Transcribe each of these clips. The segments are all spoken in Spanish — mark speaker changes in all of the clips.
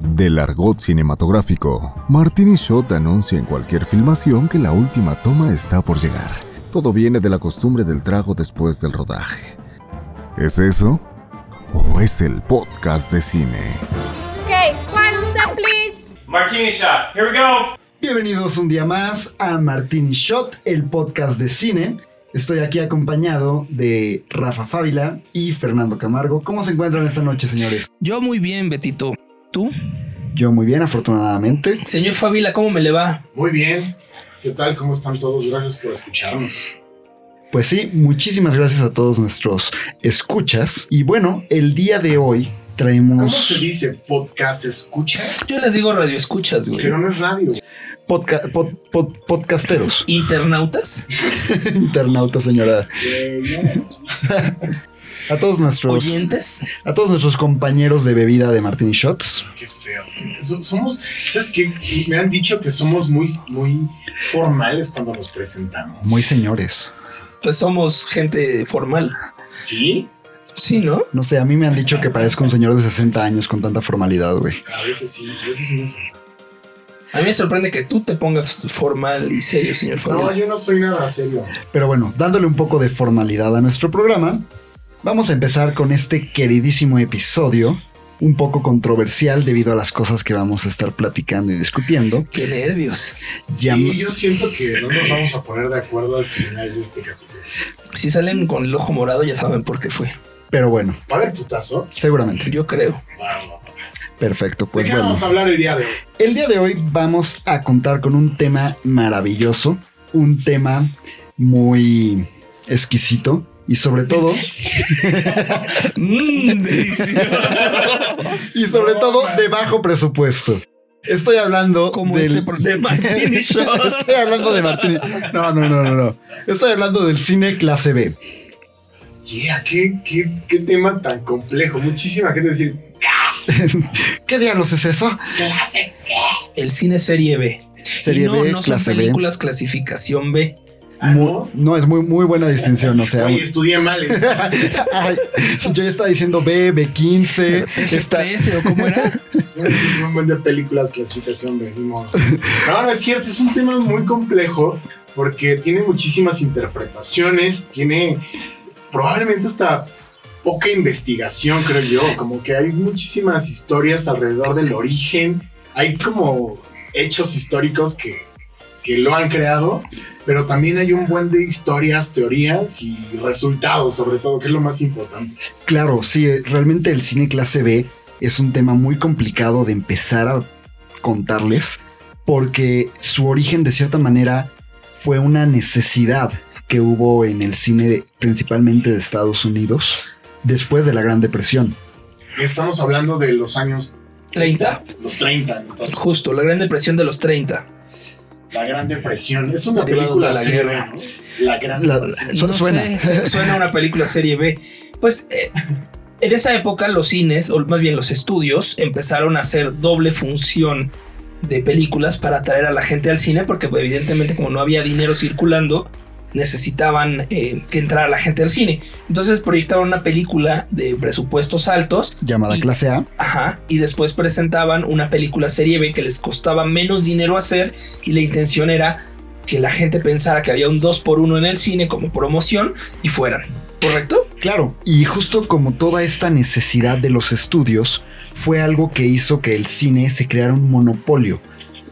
Speaker 1: Del argot cinematográfico, Martin y Shot anuncia en cualquier filmación que la última toma está por llegar. Todo viene de la costumbre del trago después del rodaje. ¿Es eso? ¿O es el podcast de cine?
Speaker 2: Okay, one set, please.
Speaker 3: Martini shot. Here we go.
Speaker 4: Bienvenidos un día más a Martini Shot, el podcast de cine. Estoy aquí acompañado de Rafa Fávila y Fernando Camargo. ¿Cómo se encuentran esta noche, señores?
Speaker 5: Yo muy bien, Betito. ¿Tú?
Speaker 4: Yo muy bien, afortunadamente.
Speaker 5: Señor Fávila, ¿cómo me le va?
Speaker 6: Muy bien. ¿Qué tal? ¿Cómo están todos? Gracias por escucharnos.
Speaker 4: Pues sí, muchísimas gracias a todos nuestros escuchas. Y bueno, el día de hoy traemos...
Speaker 6: ¿Cómo se dice podcast escuchas?
Speaker 5: Yo les digo radio escuchas, güey.
Speaker 6: Pero no es radio.
Speaker 4: Podca- pod- pod- podcasteros,
Speaker 5: ¿Internautas?
Speaker 4: internautas, señora. A todos nuestros,
Speaker 5: ¿Oyentes?
Speaker 4: a todos nuestros compañeros de bebida de Martini Shots.
Speaker 6: Qué feo. So- Somos, ¿sabes qué? Me han dicho que somos muy, muy formales cuando nos presentamos.
Speaker 4: Muy señores.
Speaker 5: Pues somos gente formal.
Speaker 6: ¿Sí?
Speaker 5: Sí, ¿no?
Speaker 4: No sé, a mí me han dicho que parezco un señor de 60 años con tanta formalidad, güey.
Speaker 6: A veces sí, a veces sí no soy.
Speaker 5: A mí me sorprende que tú te pongas formal y serio, señor Fávila.
Speaker 6: No, yo no soy nada serio.
Speaker 4: Pero bueno, dándole un poco de formalidad a nuestro programa, vamos a empezar con este queridísimo episodio, un poco controversial debido a las cosas que vamos a estar platicando y discutiendo.
Speaker 5: Qué nervios.
Speaker 4: Llam-
Speaker 6: Y yo siento que no nos vamos a poner de acuerdo al final de este capítulo.
Speaker 5: Si salen con el ojo morado ya saben por qué fue.
Speaker 4: Pero bueno,
Speaker 6: ¿Va a haber putazo?
Speaker 4: seguramente.
Speaker 5: Yo creo.
Speaker 6: Va, va, va.
Speaker 4: Perfecto,
Speaker 6: ¿De
Speaker 4: pues
Speaker 6: qué
Speaker 4: bueno.
Speaker 6: vamos a hablar el día de hoy?
Speaker 4: El día de hoy vamos a contar con un tema maravilloso, un tema muy exquisito y sobre todo,
Speaker 5: Mmm, delicioso.
Speaker 4: y sobre todo de bajo presupuesto. Estoy hablando
Speaker 5: Como
Speaker 4: del-
Speaker 5: este problema.
Speaker 4: Estoy hablando de Martín. No, no, no, no, no. Estoy hablando del cine clase B.
Speaker 6: Yeah, qué, qué, qué tema tan complejo. Muchísima gente decir,
Speaker 4: ¿Qué diablos es eso?
Speaker 5: El cine serie B.
Speaker 4: Serie
Speaker 5: Y no,
Speaker 4: B,
Speaker 5: no son
Speaker 4: clase B.
Speaker 5: películas clasificación B.
Speaker 6: ah,
Speaker 4: Mu-
Speaker 6: no,
Speaker 4: No, es muy, muy buena distinción, o sea.
Speaker 6: oye, estudié mal. ¿eh?
Speaker 4: ay, yo ya estaba diciendo B, B15. Está,
Speaker 5: ¿Ese o cómo era?
Speaker 6: Yo no soy muy buen de películas, clasificación de ni modo. No, no es cierto, es un tema muy complejo porque tiene muchísimas interpretaciones, tiene probablemente hasta poca investigación, creo yo. Como que hay muchísimas historias alrededor del origen, hay como hechos históricos que, que lo han creado, pero también hay un buen de historias, teorías y resultados, sobre todo, que es lo más importante.
Speaker 4: claro, sí, eh, realmente el cine clase B es un tema muy complicado de empezar a contarles porque su origen de cierta manera fue una necesidad que hubo en el cine de- principalmente de Estados Unidos después de la Gran Depresión.
Speaker 6: Estamos hablando de los años
Speaker 5: 30.
Speaker 6: los 30 en Estados
Speaker 5: Justo, la Gran Depresión de los 30.
Speaker 6: La Gran Depresión. Es una
Speaker 5: Derivados
Speaker 6: película
Speaker 5: de la
Speaker 6: serie
Speaker 5: guerra.
Speaker 6: B, ¿no? La Gran
Speaker 4: La-
Speaker 6: Depresión.
Speaker 4: Su-
Speaker 5: No
Speaker 4: suena.
Speaker 5: sé, su- suena una película serie B. Pues eh, en esa época los cines, o más bien los estudios, empezaron a hacer doble función de películas para atraer a la gente al cine, porque pues, evidentemente como no había dinero circulando, necesitaban eh, que entrara la gente al cine. Entonces proyectaron una película de presupuestos altos
Speaker 4: llamada
Speaker 5: Y-
Speaker 4: clase A.
Speaker 5: Ajá, y después presentaban una película serie B que les costaba menos dinero hacer y la intención era que la gente pensara que había un 2 por 1 en el cine como promoción y fueran, ¿correcto?
Speaker 4: Claro, y justo como toda esta necesidad de los estudios fue algo que hizo que el cine se creara un monopolio.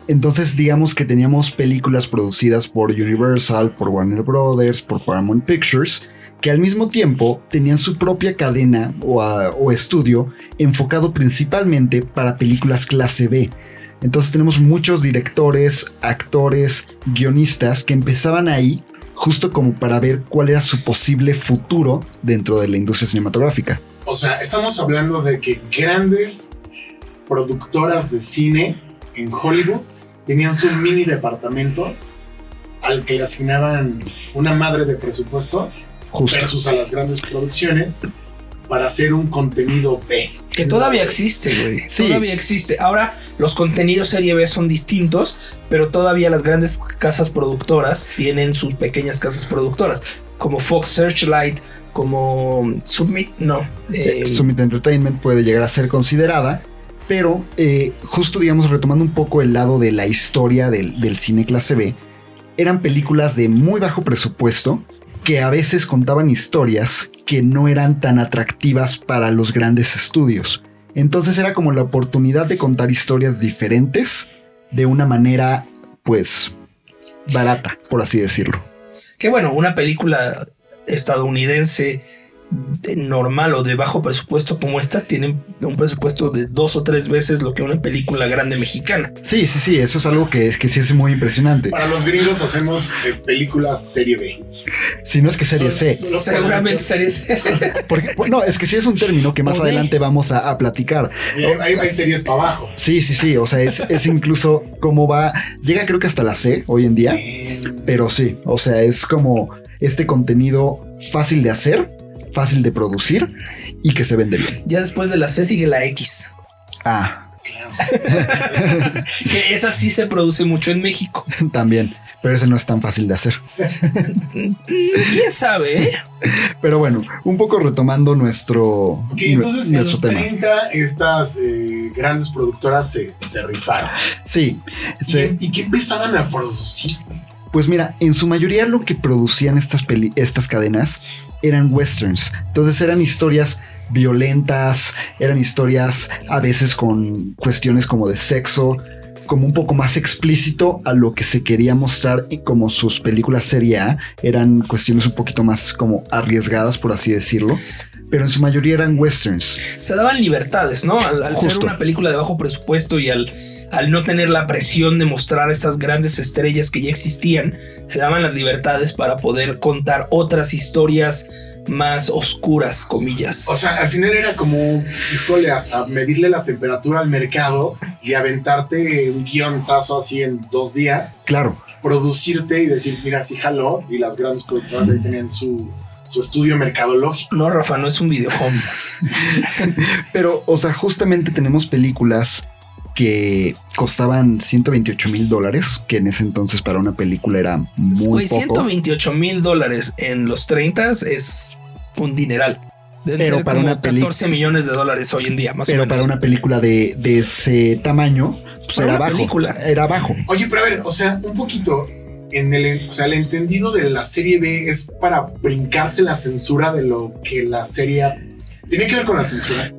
Speaker 4: Entonces digamos que teníamos películas producidas por Universal, por Warner Brothers, por Paramount Pictures, que al mismo tiempo tenían su propia cadena o, a- o estudio enfocado principalmente para películas clase B. Entonces tenemos muchos directores, actores, guionistas que empezaban ahí justo como para ver cuál era su posible futuro dentro de la industria cinematográfica.
Speaker 6: O sea, estamos hablando de que grandes productoras de cine en Hollywood tenían su mini departamento al que le asignaban una madre de presupuesto
Speaker 4: Justo.
Speaker 6: versus a las grandes producciones para hacer un contenido B.
Speaker 5: Que todavía existe, güey.
Speaker 4: Sí.
Speaker 5: Todavía existe. Ahora los contenidos serie B son distintos, pero todavía las grandes casas productoras tienen sus pequeñas casas productoras, como Fox Searchlight, como Submit, no. eh,
Speaker 4: Eh, Summit Entertainment puede llegar a ser considerada, Pero eh, justo, digamos, retomando un poco el lado de la historia del, del cine clase B, eran películas de muy bajo presupuesto que a veces contaban historias que no eran tan atractivas para los grandes estudios. Entonces era como la oportunidad de contar historias diferentes de una manera, pues, barata, por así decirlo.
Speaker 5: Que bueno, una película estadounidense de normal o de bajo presupuesto como esta tienen un presupuesto de dos o tres veces lo que una película grande mexicana.
Speaker 4: Sí, sí, sí, eso es algo que, que sí es muy impresionante.
Speaker 6: Para los gringos hacemos eh, películas serie B.
Speaker 4: Si no es que serie C.
Speaker 6: Solo por
Speaker 5: Seguramente
Speaker 6: mucho.
Speaker 5: series.
Speaker 4: Porque, no, es que sí es un término que más
Speaker 5: O D.
Speaker 4: adelante vamos a, a platicar.
Speaker 6: Y Hay, hay series para abajo.
Speaker 4: Sí, sí, sí, o sea, es, es incluso cómo va, llega creo que hasta la C hoy en día, pero sí, o sea, es como este contenido fácil de hacer, fácil de producir y que se vende bien.
Speaker 5: ya después de la C sigue la X,
Speaker 4: Ah,
Speaker 5: que esa sí se produce mucho en México.
Speaker 4: también, pero ese no es tan fácil de hacer.
Speaker 5: ¿Quién sabe? eh?
Speaker 4: Pero bueno, un poco retomando nuestro,
Speaker 6: Ok, entonces en
Speaker 4: nuestro
Speaker 6: los
Speaker 4: tema.
Speaker 6: 30 estas eh, grandes productoras se, se rifaron.
Speaker 4: Sí, se-
Speaker 6: ¿Y, y qué empezaban a producir?
Speaker 4: Pues mira, en su mayoría lo que producían estas, peli- estas cadenas eran westerns. Entonces eran historias violentas, eran historias a veces con cuestiones como de sexo, como un poco más explícito a lo que se quería mostrar y como sus películas serie A eran cuestiones un poquito más como arriesgadas, por así decirlo. Pero en su mayoría eran westerns.
Speaker 5: Se daban libertades, ¿no? Al, al ser
Speaker 4: Justo.
Speaker 5: una película de bajo presupuesto y al, al no tener la presión de mostrar estas grandes estrellas que ya existían, se daban las libertades para poder contar otras historias más oscuras, comillas.
Speaker 6: O sea, al final era como, híjole, hasta medirle la temperatura al mercado y aventarte un guionzazo así en dos días,
Speaker 4: Claro,
Speaker 6: producirte y decir, mira, sí jaló. Y las grandes productoras ahí tenían su, su estudio mercadológico.
Speaker 5: no, Rafa, no es un videojuego.
Speaker 4: Pero, o sea, justamente tenemos películas que costaban 128 mil dólares, que en ese entonces para una película era muy
Speaker 5: Güey,
Speaker 4: poco.
Speaker 5: 128 mil dólares en los 30 es un dineral. Deben
Speaker 4: Pero
Speaker 5: ser
Speaker 4: para
Speaker 5: como
Speaker 4: una peli-
Speaker 5: 14 millones de dólares hoy en día, más o
Speaker 4: Pero
Speaker 5: menos.
Speaker 4: para una película de, de ese tamaño, pues
Speaker 5: Para
Speaker 4: era
Speaker 5: una
Speaker 4: bajo.
Speaker 5: película.
Speaker 4: Era bajo.
Speaker 6: Oye, pero a ver, o sea, un poquito. En el, o sea, el entendido de la serie B es para brincarse la censura de lo que la serie A. Tiene que ver con la censura.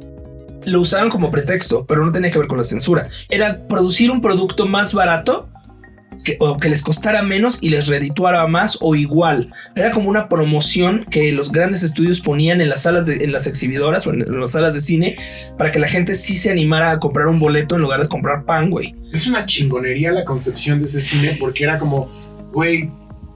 Speaker 5: Lo usaron como pretexto, pero no tenía que ver con la censura. Era producir un producto más barato que, o que les costara menos y les redituara más o igual. Era como una promoción que los grandes estudios ponían en las salas, de, en las exhibidoras o en, en las salas de cine para que la gente sí se animara a comprar un boleto en lugar de comprar pan, güey.
Speaker 6: Es una chingonería la concepción de ese cine porque era como, güey,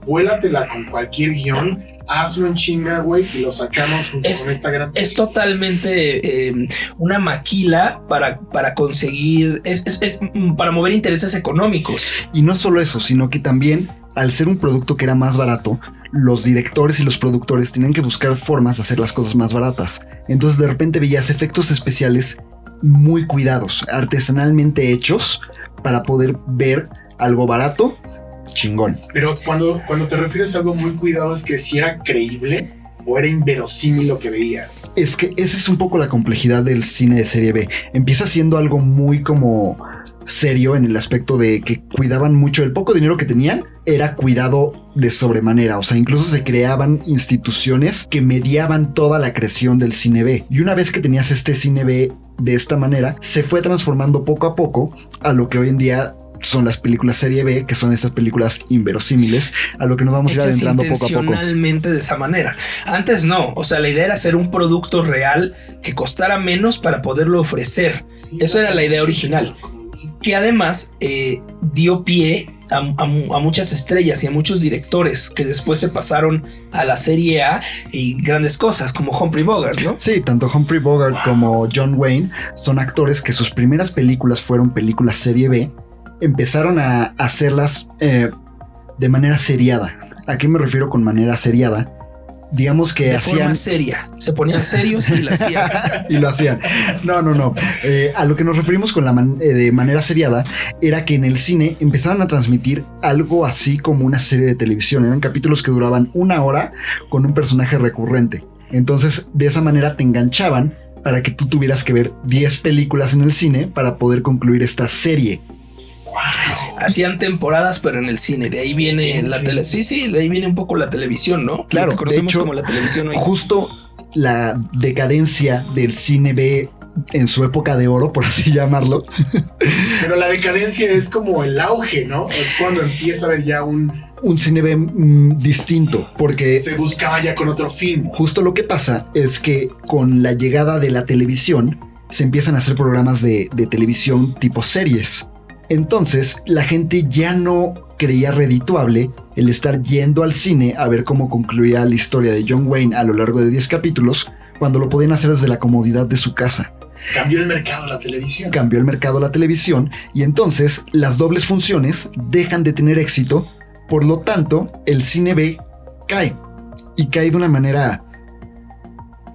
Speaker 6: vuélatela con cualquier guión, hazlo en chinga, güey, y lo sacamos junto
Speaker 5: Es-
Speaker 6: con esta gran.
Speaker 5: es totalmente eh, una maquila para, para conseguir, es, es- es, mm, para mover intereses económicos.
Speaker 4: Y no solo eso, sino que también, al ser un producto que era más barato, los directores y los productores tenían que buscar formas de hacer las cosas más baratas. Entonces de repente veías efectos especiales muy cuidados, artesanalmente hechos, para poder ver algo barato, chingón.
Speaker 6: Pero cuando, cuando te refieres a algo muy cuidado es que si era creíble o era inverosímil lo que veías.
Speaker 4: Es que esa es un poco la complejidad del cine de serie B. Empieza siendo algo muy como serio en el aspecto de que cuidaban mucho el poco dinero que tenían era cuidado de sobremanera, o sea, incluso se creaban instituciones que mediaban toda la creación del cine B. Y una vez que tenías este cine B de esta manera, se fue transformando poco a poco a lo que hoy en día son las películas serie B, que son esas películas inverosímiles, a lo que nos vamos a ir
Speaker 5: hechas
Speaker 4: adentrando poco a poco.
Speaker 5: intencionalmente de esa manera. Antes no, o sea, la idea era hacer un producto real que costara menos para poderlo ofrecer. Eso era la idea original. que además eh, dio pie a, a mu- a muchas estrellas y a muchos directores que después se pasaron a la serie A y grandes cosas como Humphrey Bogart, ¿no?
Speaker 4: Sí, tanto Humphrey Bogart como John Wayne son actores que sus primeras películas fueron películas serie B. Empezaron a hacerlas eh, de manera seriada. ¿A qué me refiero con manera seriada? Digamos que
Speaker 5: De
Speaker 4: hacían...
Speaker 5: forma seria. Se ponían serios y la hacían.
Speaker 4: y lo hacían. No, no, no. Eh, a lo que nos referimos con la man- eh, de manera seriada era que en el cine empezaban a transmitir algo así como una serie de televisión. Eran capítulos que duraban una hora con un personaje recurrente. Entonces, de esa manera te enganchaban para que tú tuvieras que ver 10 películas en el cine para poder concluir esta serie.
Speaker 5: Hacían temporadas, pero en el cine. De ahí viene la tele. Sí, sí, de ahí viene un poco la televisión, ¿no?
Speaker 4: Claro,
Speaker 5: Lo que conocemos
Speaker 4: de hecho,
Speaker 5: como la televisión hoy.
Speaker 4: Justo la decadencia del cine B en su época de oro, por así llamarlo,
Speaker 6: Pero la decadencia es como el auge, ¿no? Es cuando empieza a haber ya un.
Speaker 4: un cine B mm, distinto, porque
Speaker 6: Se buscaba ya con otro fin.
Speaker 4: Justo lo que pasa es que con la llegada de la televisión se empiezan a hacer programas de, de televisión tipo series. Entonces la gente ya no creía redituable el estar yendo al cine a ver cómo concluía la historia de John Wayne a lo largo de 10 capítulos cuando lo podían hacer desde la comodidad de su casa.
Speaker 6: Cambió el mercado la televisión.
Speaker 4: Cambió el mercado la televisión y entonces las dobles funciones dejan de tener éxito, por lo tanto el cine B cae y cae de una manera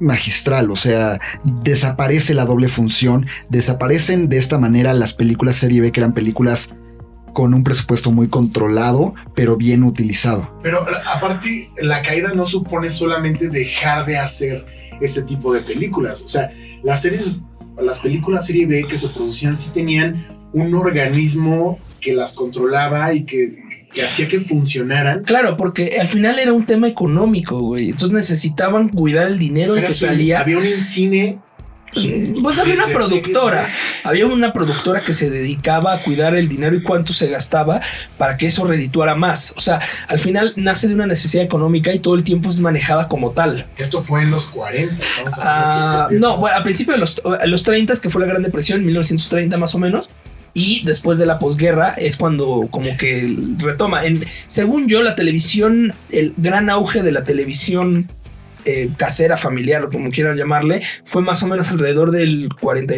Speaker 4: magistral, o sea, desaparece la doble función, desaparecen de esta manera las películas serie B que eran películas con un presupuesto muy controlado, pero bien utilizado.
Speaker 6: Pero a- aparte, la caída no supone solamente dejar de hacer ese tipo de películas. O sea, las series, las películas serie B que se producían sí tenían un organismo que las controlaba y que, que hacía que funcionaran.
Speaker 5: Claro, porque al final era un tema económico, güey. Entonces necesitaban cuidar el dinero
Speaker 6: O
Speaker 5: y
Speaker 6: sea,
Speaker 5: que
Speaker 6: era su-
Speaker 5: salía.
Speaker 6: Había un cine.
Speaker 5: Pues había una
Speaker 6: de
Speaker 5: productora. Había una productora que se dedicaba a cuidar el dinero y cuánto se gastaba para que eso redituara más. O sea, al final nace de una necesidad económica y todo el tiempo es manejada como tal.
Speaker 6: que Esto fue en los 40. Vamos
Speaker 5: Ah,
Speaker 6: a ver aquí,
Speaker 5: no, bueno, a principios de los, a los 30, que fue la Gran Depresión, 1930 más o menos. Y después de la posguerra es cuando como que retoma. En, según yo, la televisión, el gran auge de la televisión eh, casera, familiar, o como quieran llamarle, fue más o menos alrededor del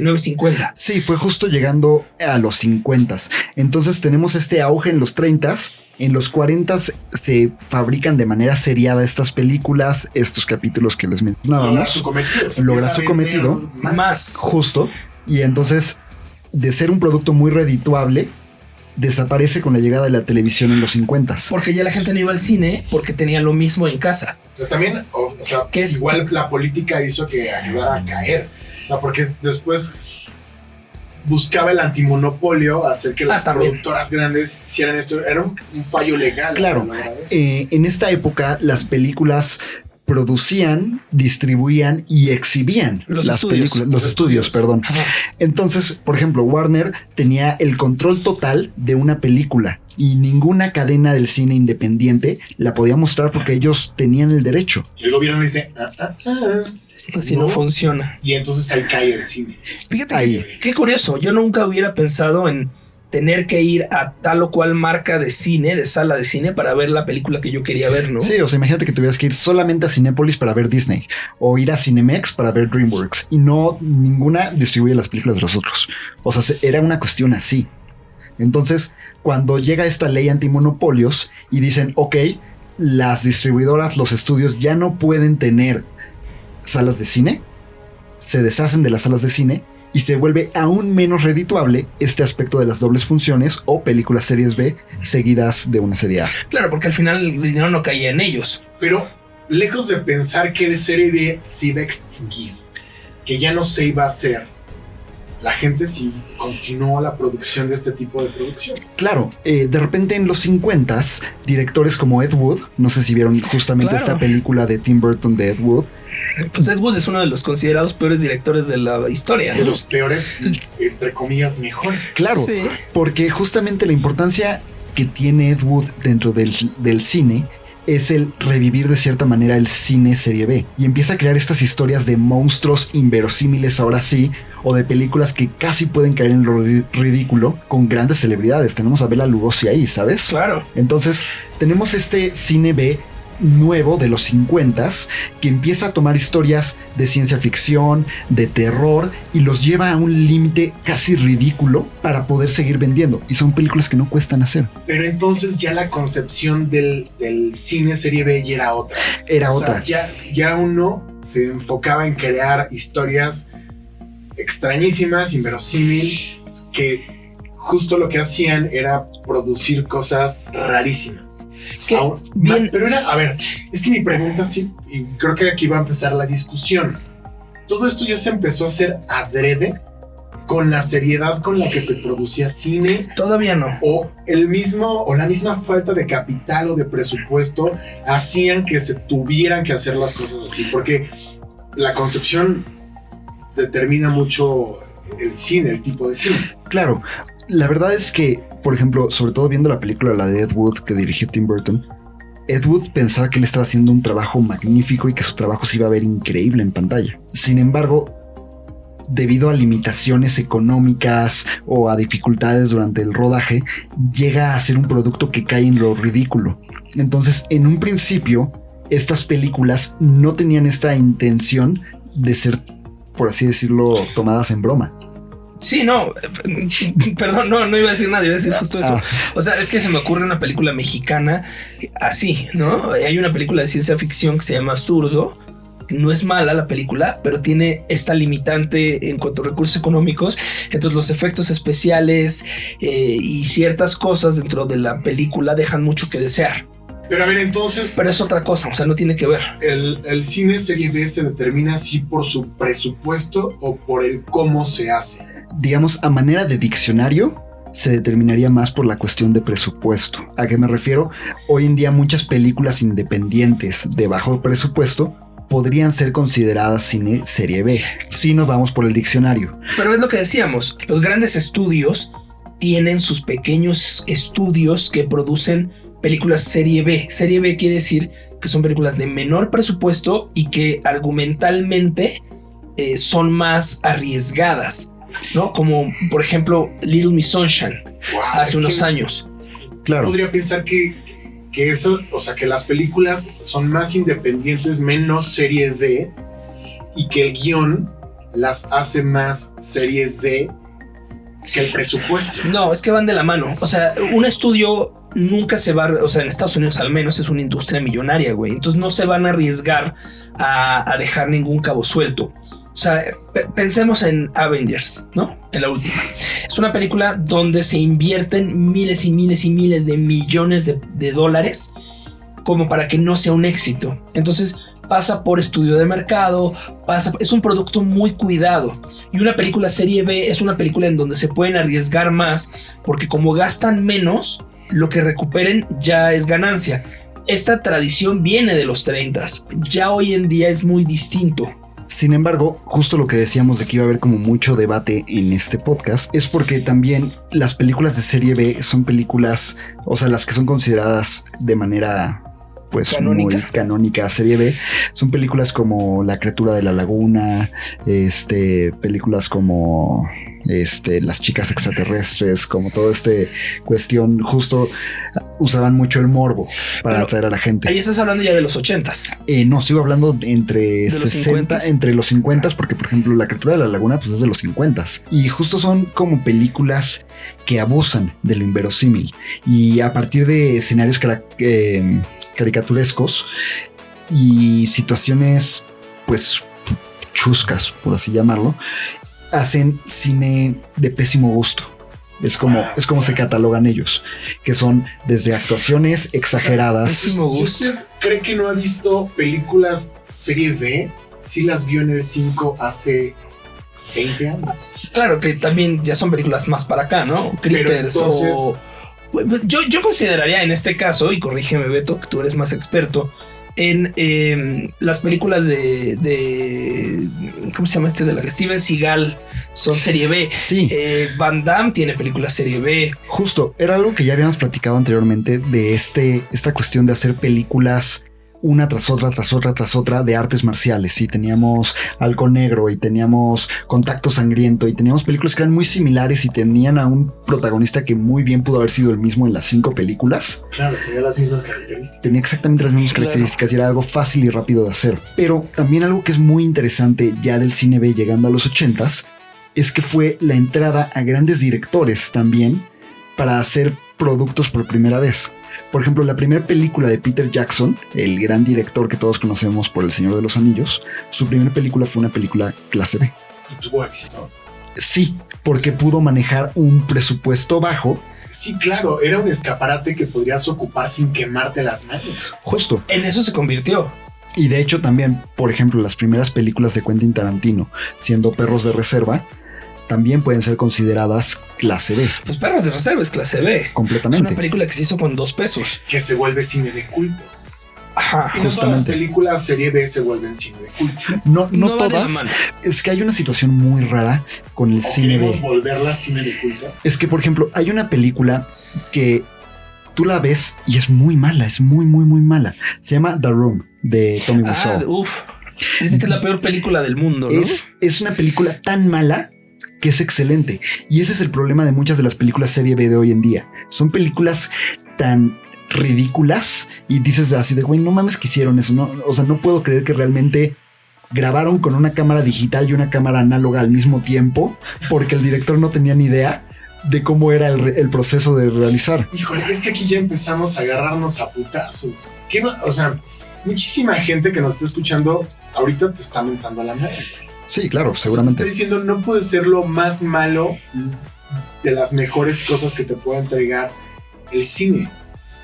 Speaker 5: 49-50.
Speaker 4: Sí, fue justo llegando a los 50. Entonces tenemos este auge en los 30. En los 40 se fabrican de manera seriada estas películas, estos capítulos que les
Speaker 6: Lograr
Speaker 4: mencionábamos.
Speaker 6: su cometido. se
Speaker 4: Lograr
Speaker 6: empieza
Speaker 4: su
Speaker 6: a
Speaker 4: cometido.
Speaker 6: vender
Speaker 5: Más.
Speaker 4: Justo. Y entonces, de ser un producto muy redituable, desaparece con la llegada de la televisión en los 50.
Speaker 5: Porque ya la gente no iba al cine porque tenía lo mismo en casa.
Speaker 6: Pero también, o, o sea,
Speaker 5: ¿Qué es?
Speaker 6: igual la política hizo que ayudara a caer. O sea, porque después buscaba el antimonopolio hacer que
Speaker 5: Ah,
Speaker 6: las
Speaker 5: también.
Speaker 6: productoras grandes hicieran esto. Era un, un fallo legal.
Speaker 4: Claro.
Speaker 6: la verdad.
Speaker 4: Eh, en esta época, las películas producían, distribuían y exhibían
Speaker 5: Los
Speaker 4: las
Speaker 5: estudios.
Speaker 4: películas, los,
Speaker 6: Los
Speaker 4: estudios,
Speaker 6: estudios.
Speaker 4: perdón. Entonces, por ejemplo, Warner tenía el control total de una película y ninguna cadena del cine independiente la podía mostrar porque ellos tenían el derecho.
Speaker 6: Y el gobierno dice, "Ah, ah, ah".
Speaker 5: Así no,
Speaker 6: No.
Speaker 5: funciona.
Speaker 6: y entonces ahí cae el cine.
Speaker 5: Fíjate
Speaker 4: Ahí.
Speaker 5: que- qué curioso. Yo nunca hubiera pensado en tener que ir a tal o cual marca de cine, de sala de cine, para ver la película que yo quería ver, ¿no?
Speaker 4: Sí, o sea, imagínate que tuvieras que ir solamente a Cinépolis para ver Disney o ir a Cinemex para ver DreamWorks y no ninguna distribuye las películas de los otros. O sea, se- era una cuestión así. Entonces, cuando llega esta ley antimonopolios y dicen, ok, las distribuidoras, los estudios ya no pueden tener salas de cine, se deshacen de las salas de cine y se vuelve aún menos redituable este aspecto de las dobles funciones o películas series B seguidas de una serie A.
Speaker 5: Claro, porque al final el dinero no caía en ellos.
Speaker 6: Pero lejos de pensar que el serie B se iba a extinguir, que ya no se iba a hacer, la gente sí continuó la producción de este tipo de producción.
Speaker 4: Claro, eh, de repente en los 50 directores como Ed Wood, no sé si vieron justamente
Speaker 5: Claro.
Speaker 4: esta película de Tim Burton de Ed Wood,
Speaker 5: Pues Ed Wood es uno de los considerados peores directores de la historia.
Speaker 6: de
Speaker 5: ¿no?
Speaker 6: los peores, entre comillas, mejores.
Speaker 4: claro,
Speaker 5: Sí.
Speaker 4: porque justamente la importancia que tiene Ed Wood dentro del, del cine es el revivir de cierta manera el cine serie B y empieza a crear estas historias de monstruos inverosímiles ahora sí o de películas que casi pueden caer en lo ri- ridículo con grandes celebridades. Tenemos a Bela Lugosi ahí, ¿sabes?
Speaker 5: Claro.
Speaker 4: Entonces, tenemos este cine B nuevo de los 50 que empieza a tomar historias de ciencia ficción, de terror y los lleva a un límite casi ridículo para poder seguir vendiendo. Y son películas que no cuestan hacer.
Speaker 6: Pero entonces ya la concepción del, del cine serie B ya era otra.
Speaker 4: Era
Speaker 6: O sea,
Speaker 4: otra.
Speaker 6: ya, ya uno se enfocaba en crear historias extrañísimas, inverosímil, que justo lo que hacían era producir cosas rarísimas.
Speaker 5: Que
Speaker 6: Aún-
Speaker 5: bien-
Speaker 6: ma- pero era, a ver, es que mi pregunta sí, y creo que aquí va a empezar la discusión. todo esto ya se empezó a hacer adrede con la seriedad con la que se producía cine
Speaker 5: Todavía no.
Speaker 6: o el mismo o la misma falta de capital o de presupuesto hacían que se tuvieran que hacer las cosas así porque la concepción determina mucho el cine, el tipo de cine.
Speaker 4: Claro, la verdad es que, por ejemplo, sobre todo viendo la película la de Ed Wood que dirigió Tim Burton, Ed Wood pensaba que él estaba haciendo un trabajo magnífico y que su trabajo se iba a ver increíble en pantalla. Sin embargo, debido a limitaciones económicas o a dificultades durante el rodaje, llega a ser un producto que cae en lo ridículo. Entonces, en un principio, estas películas no tenían esta intención de ser, por así decirlo, tomadas en broma.
Speaker 5: Sí, no, perdón, no, no iba a decir nada, iba a decir justo eso.
Speaker 4: Ah.
Speaker 5: O sea, es que se me ocurre una película mexicana así, ¿no? Hay una película de ciencia ficción que se llama Zurdo. No es mala la película, pero tiene esta limitante en cuanto a recursos económicos. Entonces los efectos especiales eh, y ciertas cosas dentro de la película dejan mucho que desear.
Speaker 6: Pero a ver, entonces
Speaker 5: Pero es otra cosa, o sea, no tiene que ver.
Speaker 6: el, el cine serie B se determina si por su presupuesto o por el cómo se hace.
Speaker 4: digamos, a manera de diccionario, se determinaría más por la cuestión de presupuesto. ¿A qué me refiero? Hoy en día muchas películas independientes de bajo presupuesto podrían ser consideradas cine serie B. Si nos vamos por el diccionario.
Speaker 5: Pero es lo que decíamos, los grandes estudios tienen sus pequeños estudios que producen películas serie B. Serie B quiere decir que son películas de menor presupuesto y que argumentalmente eh, son más arriesgadas, ¿no? Como por ejemplo Little Miss Sunshine
Speaker 6: Wow, Ah, es
Speaker 5: hace unos
Speaker 6: que
Speaker 5: años.
Speaker 4: Claro.
Speaker 6: Podría pensar que, que eso, o sea, que las películas son más independientes, menos serie B, y que el guión las hace más serie B que el presupuesto.
Speaker 5: No, es que van de la mano. O sea, un estudio nunca se va, a- o sea, en Estados Unidos al menos es una industria millonaria, güey. Entonces no se van a arriesgar a, a dejar ningún cabo suelto. O sea, pe- pensemos en Avengers, ¿no? En la última. Es una película donde se invierten miles y miles y miles de millones de, de dólares como para que no sea un éxito. Entonces pasa por estudio de mercado, pasa, es un producto muy cuidado. Y una película serie B es una película en donde se pueden arriesgar más porque como gastan menos, lo que recuperen ya es ganancia. Esta tradición viene de los 30, ya hoy en día es muy distinto.
Speaker 4: Sin embargo, justo lo que decíamos de que iba a haber como mucho debate en este podcast es porque también las películas de serie B son películas, o sea, las que son consideradas de manera pues
Speaker 5: Canónica.
Speaker 4: muy canónica serie B, son películas como La criatura de la laguna, este, películas como este, las chicas extraterrestres, como toda esta cuestión, justo usaban mucho el morbo para
Speaker 5: Pero
Speaker 4: atraer a la gente.
Speaker 5: Ahí estás hablando ya de los 80s.
Speaker 4: Eh, no, sigo hablando de entre
Speaker 5: los
Speaker 4: 60,
Speaker 5: 50s?
Speaker 4: entre los 50, porque por ejemplo La criatura de la laguna pues, es de los 50. Y justo son como películas que abusan de lo inverosímil. Y a partir de escenarios cara- eh, caricaturescos y situaciones pues chuscas, por así llamarlo, hacen cine de pésimo gusto. Es como, es como se catalogan ellos, que son desde actuaciones exageradas.
Speaker 5: Pésimo
Speaker 6: Si
Speaker 5: gusto.
Speaker 6: usted cree que no ha visto películas serie B, sí las vio en el 5 hace 20 años.
Speaker 5: Claro que también ya son películas más para acá, ¿no? Creepers
Speaker 6: entonces-
Speaker 5: o. Yo, yo consideraría en este caso, y corrígeme Beto, que tú eres más experto, en eh, las películas de, de- ¿Cómo se llama este? De la que Steven Seagal son serie B.
Speaker 4: Sí.
Speaker 5: Eh, Van Damme tiene películas serie B.
Speaker 4: Justo, era algo que ya habíamos platicado anteriormente de este, esta cuestión de hacer películas una tras otra, tras otra, tras otra de artes marciales. Sí, teníamos Algo Negro y teníamos Contacto Sangriento y teníamos películas que eran muy similares y tenían a un protagonista que muy bien pudo haber sido el mismo en las cinco películas.
Speaker 6: Claro, tenía las mismas características.
Speaker 4: Tenía exactamente las mismas
Speaker 5: Claro.
Speaker 4: características y era algo fácil y rápido de hacer. Pero también algo que es muy interesante ya del cine B llegando a los 80s es que fue la entrada a grandes directores también para hacer productos por primera vez. Por ejemplo, la primera película de Peter Jackson, el gran director que todos conocemos por El Señor de los Anillos, su primera película fue una película clase B.
Speaker 6: Y tuvo éxito.
Speaker 4: Sí, porque pudo manejar un presupuesto bajo,
Speaker 6: Sí, claro, era un escaparate que podrías ocupar sin quemarte las manos.
Speaker 4: justo.
Speaker 5: En eso se convirtió.
Speaker 4: Y de hecho también, por ejemplo, las primeras películas de Quentin Tarantino, siendo perros de reserva, también pueden ser consideradas clase B,
Speaker 5: Pues Perros de Reserva es clase B. Es una
Speaker 4: completamente.
Speaker 5: película que se hizo con dos pesos.
Speaker 6: que se vuelve cine de culto.
Speaker 5: Ajá.
Speaker 6: Y Ah, no todas las
Speaker 4: Justamente.
Speaker 6: películas serie B se vuelven cine de culto.
Speaker 4: No, no
Speaker 5: van de la
Speaker 4: todas.
Speaker 5: mano.
Speaker 4: Es que hay una situación muy rara con el
Speaker 6: O
Speaker 4: cine
Speaker 6: queremos
Speaker 4: B.
Speaker 6: volverla cine de culto.
Speaker 4: Es que, por ejemplo, hay una película que tú la ves y es muy mala, es muy, muy, muy mala. Se llama The Room de Tommy
Speaker 5: Ah,
Speaker 4: Wiseau.
Speaker 5: uf. Dicen que es la peor película del mundo, ¿no?
Speaker 4: es, es una película tan mala que es excelente. Y ese es el problema de muchas de las películas serie B de hoy en día. Son películas tan ridículas y dices así de, güey, no mames que hicieron eso. No, o sea, no puedo creer que realmente grabaron con una cámara digital y una cámara análoga al mismo tiempo porque el director no tenía ni idea de cómo era el, re- el proceso de realizar.
Speaker 6: Híjole, es que aquí ya empezamos a agarrarnos a putazos. ¿Qué va- O sea, muchísima gente que nos está escuchando ahorita te está mentando a la madre.
Speaker 4: Sí, claro,
Speaker 6: Te
Speaker 4: seguramente.
Speaker 6: está diciendo, no puede ser lo más malo de las mejores cosas que te pueda entregar el cine.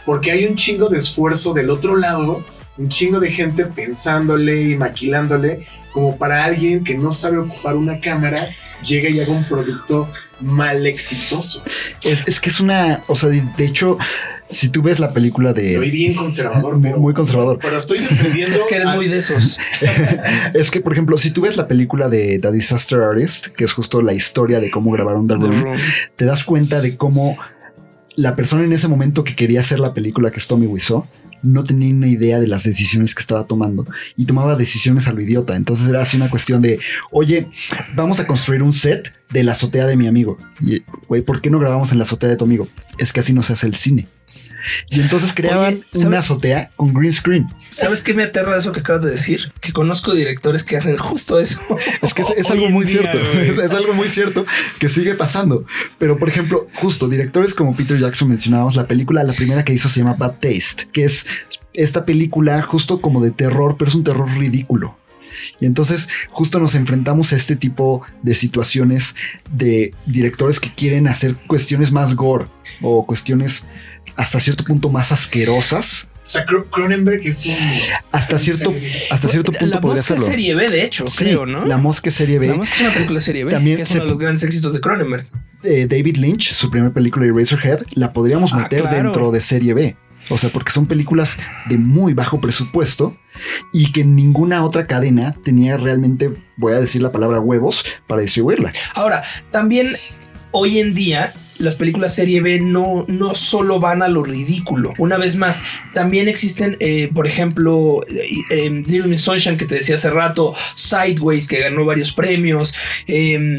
Speaker 6: Porque hay un chingo de esfuerzo del otro lado, un chingo de gente pensándole y maquilándole, como para alguien que no sabe ocupar una cámara, llega y haga un producto mal exitoso.
Speaker 4: Es, es que es una, o sea, de, de hecho, si tú ves la película
Speaker 6: Soy
Speaker 4: de...
Speaker 6: bien conservador,
Speaker 4: Muy,
Speaker 6: pero,
Speaker 4: muy conservador.
Speaker 6: pero estoy defendiendo.
Speaker 5: Es que eres
Speaker 6: a-
Speaker 5: muy de esos.
Speaker 4: Es que, por ejemplo, si tú ves la película de The Disaster Artist, que es justo la historia de cómo grabaron The
Speaker 5: The
Speaker 4: Room,
Speaker 5: Room.
Speaker 4: te das cuenta de cómo la persona en ese momento que quería hacer la película, que es Tommy Wiseau, no tenía una idea de las decisiones que estaba tomando y tomaba decisiones a lo idiota. Entonces era así una cuestión de, oye, vamos a construir un set de la azotea de mi amigo. Y, güey, ¿por qué no grabamos en la azotea de tu amigo? Es que así no se hace el cine. Y entonces creaban
Speaker 5: ¿sabes?
Speaker 4: una azotea con green screen.
Speaker 5: ¿Sabes qué me aterra de eso que acabas de decir? Que conozco directores que hacen justo eso.
Speaker 4: Es que es, es
Speaker 5: Hoy
Speaker 4: algo
Speaker 5: en
Speaker 4: muy
Speaker 5: día,
Speaker 4: cierto.
Speaker 5: güey.
Speaker 4: Es, es algo muy cierto que sigue pasando. Pero, por ejemplo, justo directores como Peter Jackson mencionábamos, la película, la primera que hizo se llama Bad Taste, que es esta película justo como de terror, pero es un terror ridículo. Y entonces justo nos enfrentamos a este tipo de situaciones de directores que quieren hacer cuestiones más gore o cuestiones hasta cierto punto más asquerosas.
Speaker 6: O sea, Cro- Cronenberg es un.
Speaker 4: Hasta cierto, hasta cierto punto
Speaker 5: la
Speaker 4: podría
Speaker 5: mosca
Speaker 4: hacerlo.
Speaker 5: serie B, de hecho,
Speaker 4: Sí,
Speaker 5: creo, ¿no?
Speaker 4: La mosca serie B.
Speaker 5: La mosca es una película serie B,
Speaker 4: También
Speaker 5: que es
Speaker 4: se-
Speaker 5: uno de los grandes éxitos de Cronenberg.
Speaker 4: eh, David Lynch, su primera película Eraserhead, la podríamos
Speaker 5: Ah,
Speaker 4: meter
Speaker 5: claro.
Speaker 4: dentro de serie B. O sea, porque son películas de muy bajo presupuesto y que ninguna otra cadena tenía realmente, voy a decir la palabra huevos, para distribuirla.
Speaker 5: Ahora, también hoy en día las películas serie B no, no solo van a lo ridículo. Una vez más, también existen, eh, por ejemplo, eh, eh, Little Miss Sunshine que te decía hace rato, Sideways que ganó varios premios. eh,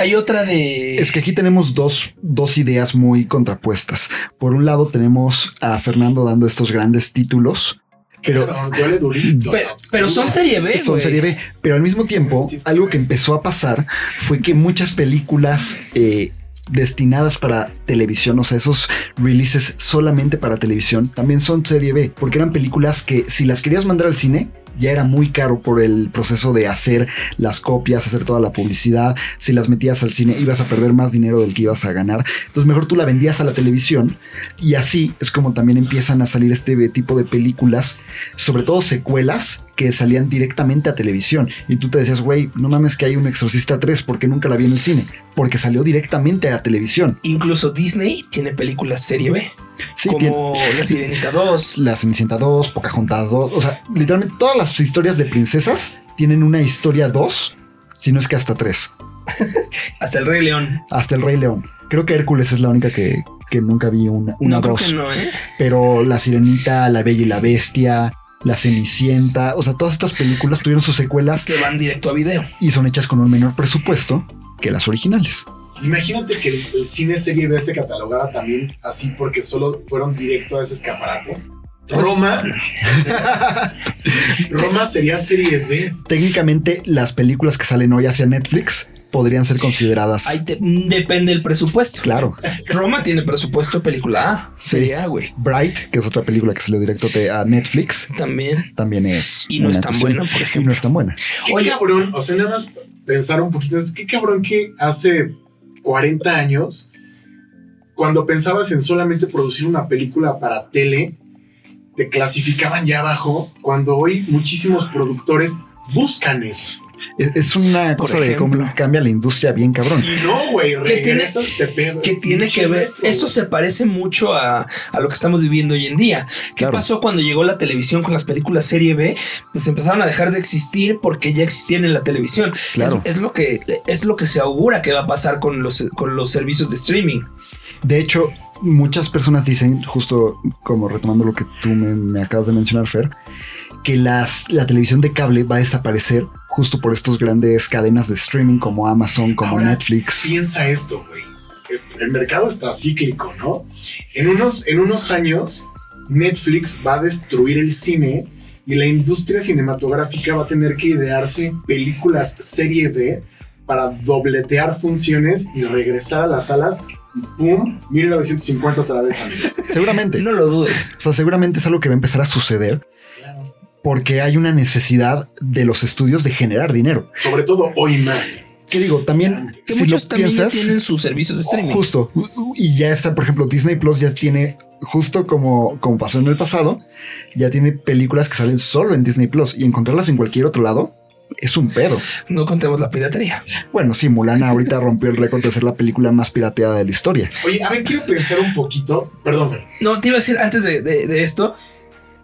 Speaker 5: hay otra de...
Speaker 4: Es que aquí tenemos dos, dos ideas muy contrapuestas. Por un lado tenemos a Fernando dando estos grandes títulos, pero
Speaker 6: Claro, duele durito.
Speaker 5: Pe- pero son
Speaker 6: series
Speaker 5: serie B.
Speaker 4: son
Speaker 5: güey.
Speaker 4: serie B. Pero al mismo tiempo, algo que empezó a pasar fue que muchas películas eh, destinadas para televisión, o sea, esos releases solamente para televisión, también son serie B, porque eran películas que si las querías mandar al cine, ya era muy caro por el proceso de hacer las copias, hacer toda la publicidad. Si las metías al cine, ibas a perder más dinero del que ibas a ganar. Entonces, mejor tú la vendías a la televisión. Y así es como también empiezan a salir este tipo de películas sobre todo secuelas que salían directamente a televisión. Y tú te decías, güey, no mames que hay un Exorcista 3 porque nunca la vi en el cine, porque salió directamente a televisión.
Speaker 5: Incluso Disney tiene películas serie B,
Speaker 4: Sí, tiene
Speaker 5: como La Sirenita 2.
Speaker 4: La Cenicienta 2, Pocahontas 2, o sea, literalmente todas las historias de princesas tienen una historia 2, si no es que hasta 3,
Speaker 5: Hasta el Rey León.
Speaker 4: hasta el Rey León. Creo que Hércules es la única que, que nunca vi una, una
Speaker 5: no, creo
Speaker 4: 2.
Speaker 5: que no, ¿eh?
Speaker 4: pero La Sirenita, La Bella y la Bestia, La Cenicienta, o sea, todas estas películas tuvieron sus secuelas
Speaker 5: Que van directo a video.
Speaker 4: y son hechas con un menor presupuesto que las originales.
Speaker 6: Imagínate que el, el cine serie B se catalogara también así porque solo fueron directo a ese escaparate.
Speaker 5: Pues-
Speaker 6: Roma. Roma sería serie B.
Speaker 4: Técnicamente, las películas que salen hoy hacia Netflix podrían ser consideradas.
Speaker 5: Ahí te- mm, depende el presupuesto.
Speaker 4: Claro.
Speaker 5: Roma tiene presupuesto de película A.
Speaker 4: Sí.
Speaker 5: Serie A, güey.
Speaker 4: Bright, que es otra película que salió directo de- a Netflix,
Speaker 5: También.
Speaker 4: también es.
Speaker 5: Y no
Speaker 4: una
Speaker 5: es tan
Speaker 4: cuestión-
Speaker 5: buena, por
Speaker 4: Y no
Speaker 5: ejemplo.
Speaker 4: es tan buena.
Speaker 6: Qué
Speaker 5: Oye.
Speaker 6: cabrón. O sea, nada más pensar un poquito. es Qué cabrón que hace 40 años, cuando pensabas en solamente producir una película para tele, te clasificaban ya abajo, cuando hoy muchísimos productores buscan eso.
Speaker 4: Es, es una
Speaker 5: Por
Speaker 4: cosa de
Speaker 5: ejemplo.
Speaker 4: cómo cambia la industria bien cabrón.
Speaker 6: Y no, güey,
Speaker 5: ¿Qué tiene-
Speaker 6: regresas, te pedo.
Speaker 5: que tiene que ver, esto se parece mucho a, a lo que estamos viviendo hoy en día. ¿Qué
Speaker 4: Claro.
Speaker 5: pasó cuando llegó la televisión con las películas serie B? Pues empezaron a dejar de existir porque ya existían en la televisión.
Speaker 4: Claro.
Speaker 5: Es, es lo que es lo que se augura que va a pasar con los con los servicios de streaming.
Speaker 4: De hecho, muchas personas dicen, justo como retomando lo que tú me, me acabas de mencionar, Fer, que las, la televisión de cable va a desaparecer justo por estas grandes cadenas de streaming como Amazon, como
Speaker 6: Ahora,
Speaker 4: Netflix.
Speaker 6: Piensa esto, güey. El- El mercado está cíclico, ¿no? En unos, en unos años, Netflix va a destruir el cine y la industria cinematográfica va a tener que idearse películas serie B para dobletear funciones y regresar a las salas. Y ¡Pum! 1950 otra vez, amigos.
Speaker 4: Seguramente.
Speaker 5: No lo dudes.
Speaker 4: O sea, seguramente es algo que va a empezar a suceder porque hay una necesidad de los estudios de generar dinero.
Speaker 6: Sobre todo hoy más.
Speaker 4: Que digo, también,
Speaker 5: Que
Speaker 4: si lo
Speaker 5: muchos también ya
Speaker 4: piensas,
Speaker 5: tienen sus servicios de streaming.
Speaker 4: Justo. Y ya está, por ejemplo, Disney Plus ya tiene, justo como, como pasó en el pasado, ya tiene películas que salen solo en Disney Plus y encontrarlas en cualquier otro lado es un pedo.
Speaker 5: No contemos la piratería.
Speaker 4: Bueno, sí, Mulan ahorita rompió el récord de ser la película más pirateada de la historia.
Speaker 6: Oye, a ver, quiero pensar un poquito. Perdón, Fer.
Speaker 5: No, te iba a decir antes de, de- de esto,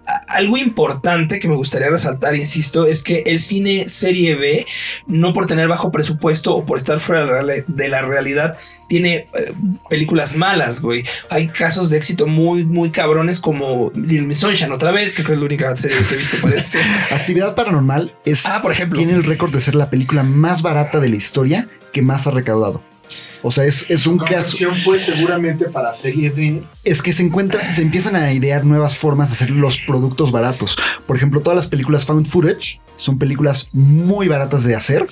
Speaker 5: a- algo importante que me gustaría resaltar, insisto, es que el cine serie B, no por tener bajo presupuesto o por estar fuera de la reali- de la realidad, tiene eh, películas malas, güey. Hay casos de éxito muy, muy cabrones como Little Miss Sunshine otra vez, que creo que es la única serie que he visto, parece.
Speaker 4: Actividad Paranormal es,
Speaker 5: ah, por ejemplo.
Speaker 4: tiene el récord de ser la película más barata de la historia que más ha recaudado. O sea, es, es un caso.
Speaker 6: Concepción fue seguramente para serie B.
Speaker 4: es que se encuentra, se empiezan a idear nuevas formas de hacer los productos baratos. Por ejemplo, todas las películas found footage son películas muy baratas de hacer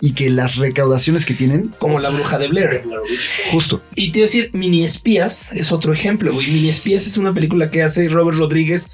Speaker 4: y que las recaudaciones que tienen,
Speaker 5: Como la bruja de Blair.
Speaker 6: de Blair Witch.
Speaker 4: justo,
Speaker 5: Y te iba a decir, Mini Espías es otro ejemplo, güey. Mini Espías es una película que hace Robert Rodríguez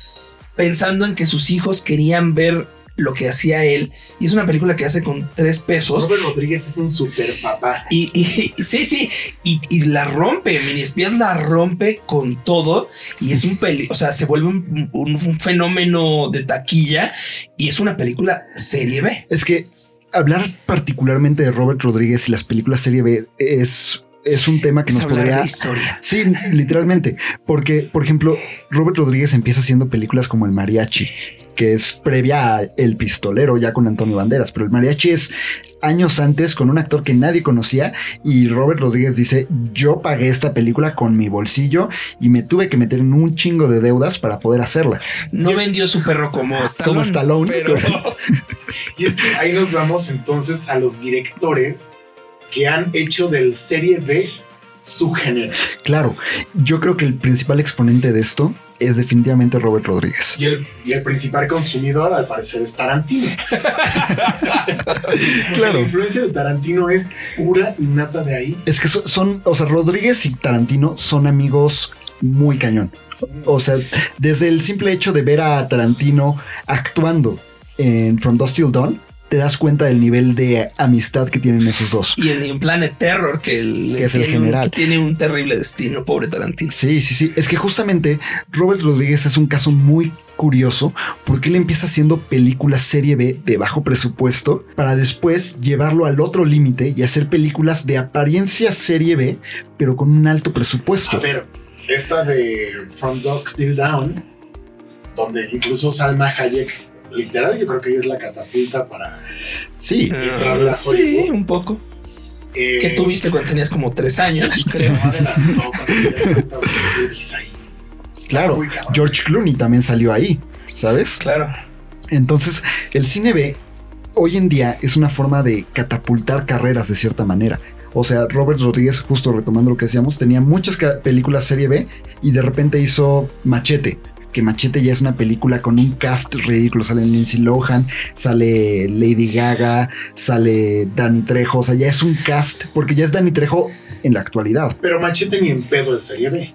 Speaker 5: pensando en que sus hijos querían ver lo que hacía él. Y es una película que hace con tres pesos.
Speaker 6: Robert Rodríguez es un super papá.
Speaker 5: Y, y- y- sí, sí, y, y la rompe, Mini Espías la rompe con todo y es un peli, o sea, se vuelve un, un- un fenómeno de taquilla y es una película serie B.
Speaker 4: es que hablar particularmente de Robert Rodríguez y las películas serie B es, es un tema que
Speaker 5: Es
Speaker 4: nos
Speaker 5: hablar
Speaker 4: podría
Speaker 5: de historia.
Speaker 4: Sí, literalmente. Porque, por ejemplo, Robert Rodríguez empieza haciendo películas como El Mariachi, que es previa a El Pistolero, ya con Antonio Banderas. Pero El Mariachi es años antes con un actor que nadie conocía. Y Robert Rodríguez dice: Yo pagué esta película con mi bolsillo y me tuve que meter en un chingo de deudas para poder hacerla.
Speaker 5: No vendió su perro como Stallone.
Speaker 4: Como Stallone.
Speaker 5: pero-
Speaker 6: Y es que ahí nos vamos entonces a los directores que han hecho del serie B su género.
Speaker 4: Claro, yo creo que el principal exponente de esto es definitivamente Robert Rodríguez.
Speaker 6: Y el, y el principal consumidor, al parecer, es Tarantino.
Speaker 4: Claro.
Speaker 6: La influencia de Tarantino es pura y nata de ahí.
Speaker 4: Es que so- son, o sea, Rodríguez y Tarantino son amigos muy cañón. O sea, desde el simple hecho de ver a Tarantino actuando en From Dust Till Dawn, te das cuenta del nivel de amistad que tienen esos dos.
Speaker 5: y en, en Planet Terror, que, el-
Speaker 4: Que es el
Speaker 5: tiene un-
Speaker 4: general.
Speaker 5: que tiene un terrible destino, pobre Tarantino.
Speaker 4: Sí, sí, sí. Es que justamente Robert Rodríguez es un caso muy curioso porque él empieza haciendo películas serie B de bajo presupuesto para después llevarlo al otro límite y hacer películas de apariencia serie B, pero con un alto
Speaker 6: A
Speaker 4: presupuesto.
Speaker 6: ver, esta de From Dusk Till Down, donde incluso Salma Hayek, literal, yo creo que ella es la catapulta para.
Speaker 4: Sí.
Speaker 5: Ah, sí, un poco.
Speaker 6: eh,
Speaker 5: Que tuviste cuando tenías como tres años, creo.
Speaker 6: no, adelantó cuando tenía tantas movies ahí.
Speaker 4: Claro,
Speaker 6: Muy cabrón.
Speaker 4: George Clooney también salió ahí, ¿sabes?
Speaker 5: Claro.
Speaker 4: Entonces, el cine B hoy en día es una forma de catapultar carreras de cierta manera. O sea, Robert Rodríguez, justo retomando lo que decíamos, tenía muchas ca- películas serie B y de repente hizo Machete, que Machete ya es una película con un cast ridículo. Sale Lindsay Lohan, sale Lady Gaga, sale Danny Trejo. O sea, ya es un cast, porque ya es Danny Trejo en la actualidad.
Speaker 6: Pero Machete ni en pedo de serie B.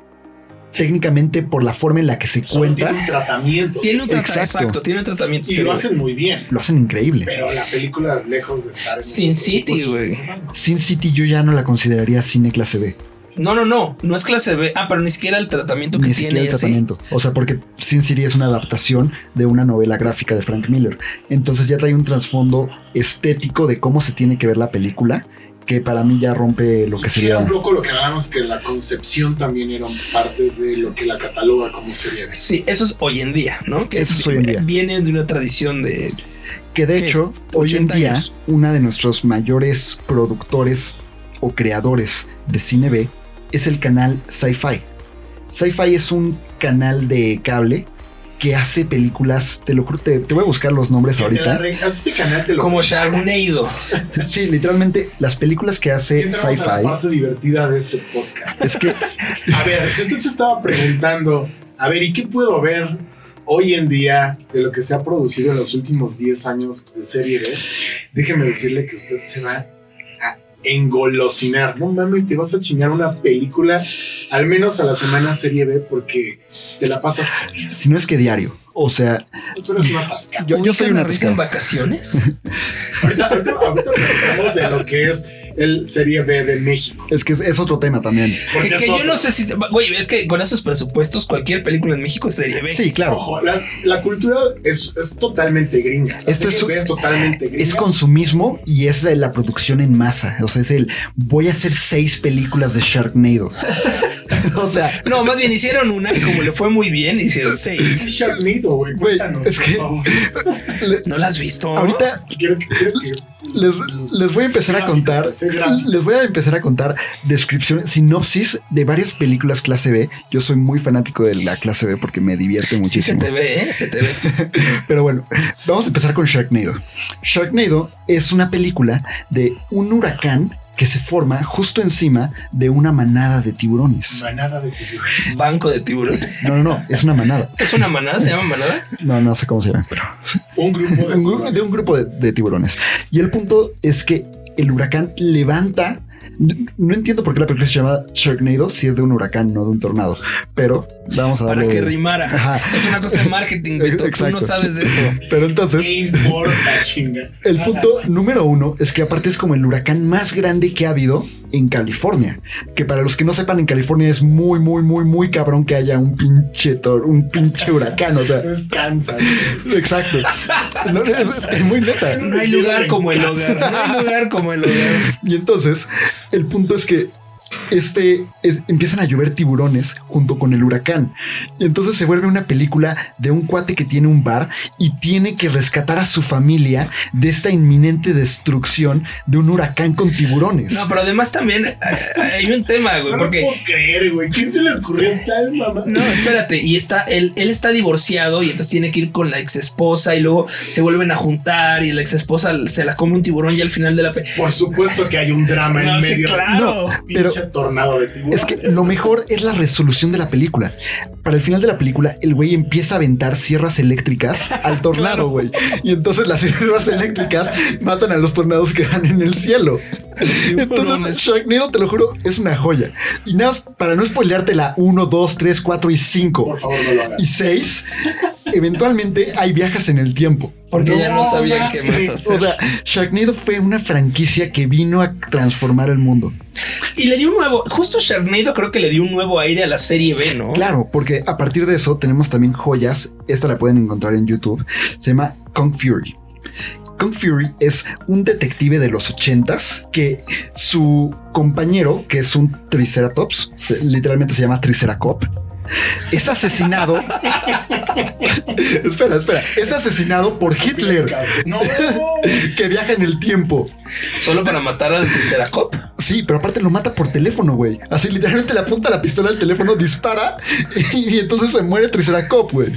Speaker 4: Técnicamente, por la forma en la que se
Speaker 6: Solo
Speaker 4: cuenta,
Speaker 6: Tiene un tratamiento.
Speaker 5: Tiene un tratamiento.
Speaker 4: Exacto.
Speaker 5: Exacto. tiene un tratamiento.
Speaker 6: Y
Speaker 5: serio.
Speaker 6: lo hacen muy bien.
Speaker 4: lo hacen increíble.
Speaker 6: Pero la película, lejos de estar en.
Speaker 5: Sin
Speaker 6: esos
Speaker 5: City,
Speaker 6: presupuestos,
Speaker 5: güey.
Speaker 6: es una mamada.
Speaker 4: Sin City yo ya no la consideraría cine clase B.
Speaker 5: No, no, no. No es clase B. Ah, pero ni siquiera el tratamiento que
Speaker 4: Ni
Speaker 5: tiene.
Speaker 4: siquiera el
Speaker 5: y así.
Speaker 4: tratamiento. O sea, porque Sin City es una adaptación de una novela gráfica de Frank Miller. Entonces ya trae un trasfondo estético de cómo se tiene que ver la película, que para mí ya rompe lo que
Speaker 6: Que Era
Speaker 4: sería.
Speaker 6: un poco lo que hablábamos, que la concepción también era parte de lo que la cataloga como serie. B.
Speaker 5: Sí, eso es hoy en día, ¿no?
Speaker 4: Eso es hoy en día.
Speaker 5: Viene de una tradición de.
Speaker 4: Que de
Speaker 5: ¿Qué?
Speaker 4: hecho, hoy en
Speaker 5: 80
Speaker 4: día,
Speaker 5: años.
Speaker 4: una de nuestros mayores productores o creadores de cine B es el canal Sci-Fi. Sci-Fi es un canal de cable que hace películas, te lo juro, te, te voy a buscar los nombres
Speaker 6: Que te la
Speaker 4: ahorita.
Speaker 6: re- haz ese canal te lo
Speaker 5: Como Sharknado.
Speaker 4: Sí, literalmente las películas que hace
Speaker 6: Entramos a la
Speaker 4: Sci-Fi
Speaker 6: parte divertida de este podcast.
Speaker 4: es que
Speaker 6: A ver, si usted se estaba preguntando, a ver, ¿y qué puedo ver hoy en día de lo que se ha producido en los últimos 10 años de serie B? Déjeme decirle que usted se va a engolosinar. No mames, te vas a chingar una película al menos a la semana serie B porque te la pasas genial.
Speaker 4: si no es que diario, o sea,
Speaker 6: Tú eres una pasca.
Speaker 4: yo, yo soy una
Speaker 5: risa
Speaker 4: risa.
Speaker 5: en vacaciones.
Speaker 6: Ahorita, ahorita, ahorita platicamos de lo que es el serie B de México.
Speaker 4: Es que es, es otro tema también.
Speaker 6: Porque
Speaker 5: que que
Speaker 6: es
Speaker 5: yo
Speaker 6: otro.
Speaker 5: no sé si. Güey, es que con esos presupuestos, cualquier película en México es serie B.
Speaker 4: Sí, claro.
Speaker 6: Ojo, la, la cultura es, es totalmente gringa. La
Speaker 4: Esto es
Speaker 6: serie B totalmente gringa.
Speaker 4: Es consumismo y es la, la producción en masa. O sea, es el voy a hacer seis películas de Sharknado. o sea,
Speaker 5: No, más bien hicieron una y como le fue muy bien, hicieron seis.
Speaker 6: Sharknado, güey. Cuéntanos.
Speaker 4: es que-
Speaker 6: por favor.
Speaker 4: le-
Speaker 5: ¿No las has visto?
Speaker 4: ahorita
Speaker 6: Quiero que- quiero que-
Speaker 4: les, les voy a empezar a contar.
Speaker 6: Gráficas, eh, gráficas.
Speaker 4: Les voy a empezar a contar descripciones, sinopsis de varias películas clase B. Yo soy muy fanático de la clase B porque me divierte
Speaker 5: Sí se
Speaker 4: muchísimo.
Speaker 5: te ve, ¿eh? Se te ve.
Speaker 4: Pero bueno, vamos a empezar con Sharknado. Sharknado es una película de un huracán que se forma justo encima de una manada de tiburones.
Speaker 6: Manada de tiburón.
Speaker 5: Banco de tiburón.
Speaker 4: No, no, no, es una manada.
Speaker 5: ¿Es una manada? ¿Se llama manada?
Speaker 4: No, no sé cómo se llama, pero
Speaker 6: Un grupo de,
Speaker 4: un gru- de un grupo de, de tiburones. Y el punto es que el huracán levanta. n- No entiendo por qué la película se llama Sharknado si es de un huracán, no de un tornado. Pero vamos a
Speaker 5: Para
Speaker 4: darle.
Speaker 5: que rimara.
Speaker 4: Ajá.
Speaker 5: Es una cosa de marketing, Beto. Tú no
Speaker 4: Exacto.
Speaker 5: sabes de eso.
Speaker 4: Pero entonces.
Speaker 6: ¿Qué importa, chinga? Ah,
Speaker 4: El punto número uno es que aparte es como el huracán más grande que ha habido en California. Que para los que no sepan, en California es muy, muy, muy, muy cabrón que haya un pinche tor- un pinche huracán. O sea,
Speaker 6: No es Kansas.
Speaker 5: Pues
Speaker 4: exacto. No, es, es muy neta.
Speaker 5: No hay lugar como el hogar. No hay lugar como el hogar.
Speaker 4: Y entonces, el punto es que este es- empiezan a llover tiburones junto con el huracán. Y entonces se vuelve una película de un cuate que tiene un bar y tiene que rescatar a su familia de esta inminente destrucción de un huracán con tiburones.
Speaker 5: No, pero además también eh, hay un tema, güey,
Speaker 6: No lo
Speaker 5: porque.
Speaker 6: puedo creer, güey. ¿Quién se le ocurrió tal mamá?
Speaker 5: No, espérate, y está, él, él está divorciado y entonces tiene que ir con la ex esposa y luego se vuelven a juntar y la ex esposa se la come un tiburón y al final de la pe-
Speaker 6: Por supuesto que hay un drama en
Speaker 5: No, sí,
Speaker 6: medio.
Speaker 5: claro.
Speaker 6: Pinche
Speaker 4: pero-
Speaker 6: tornado de tiburón.
Speaker 4: Es que lo mejor es la resolución de la película. Para el final de la película, el güey empieza a aventar sierras eléctricas al tornado, güey. Y entonces las sierras eléctricas matan a los tornados que van en el cielo. Entonces, Sharknado, te lo juro, es una joya. Y nada, más, para no spoilearte la 1, 2, 3, 4 y 5
Speaker 6: Por favor, no lo hagas.
Speaker 4: y 6, eventualmente hay viajes en el tiempo.
Speaker 5: Porque ya no
Speaker 6: No,
Speaker 5: sabían
Speaker 6: ma-
Speaker 5: qué más hacer.
Speaker 4: O sea, Sharknado fue una franquicia que vino a transformar el mundo.
Speaker 5: y le dio un nuevo, justo Sharknado creo que le dio un nuevo aire a la serie B, ¿no?
Speaker 4: Claro, porque a partir de eso tenemos también joyas. Esta la pueden encontrar en YouTube. Se llama Kong Fury. Kong Fury es un detective de los 80s que su compañero, que es un Triceratops, se- literalmente se llama Triceracop, es asesinado. espera, espera. Es asesinado por Hitler,
Speaker 6: No,
Speaker 4: que viaja en el tiempo.
Speaker 5: Solo para matar al Triceracop.
Speaker 4: Sí, pero aparte lo mata por teléfono, güey. Así literalmente le apunta la pistola al teléfono, dispara y, entonces se muere Triceracop, güey.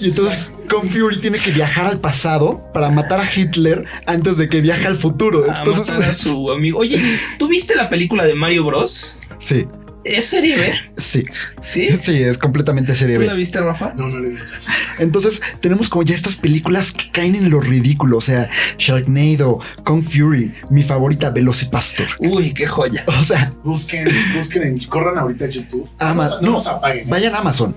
Speaker 4: Y entonces Kung Fury tiene que viajar al pasado para matar a Hitler antes de que viaje al futuro.
Speaker 5: A matar a
Speaker 4: Entonces,
Speaker 5: su amigo. Oye, ¿tú viste la película de Mario Bros?
Speaker 4: sí,
Speaker 5: ¿Es serie B?
Speaker 4: sí,
Speaker 5: ¿Sí?
Speaker 4: sí, es completamente serie
Speaker 5: ¿Tú la
Speaker 4: B.
Speaker 5: viste, Rafa?
Speaker 6: no, no lo he visto.
Speaker 4: Entonces tenemos como ya estas películas que caen en lo ridículo, o sea, Sharknado, Kung Fury, mi favorita, Velocipastor.
Speaker 5: Uy, qué joya.
Speaker 4: O sea,
Speaker 6: Busquen, busquen, en- corran ahorita a YouTube.
Speaker 4: Ah,
Speaker 6: no,
Speaker 4: ma-
Speaker 6: nos-
Speaker 4: no.
Speaker 6: no nos apaguen. ¿eh?
Speaker 4: vayan a Amazon.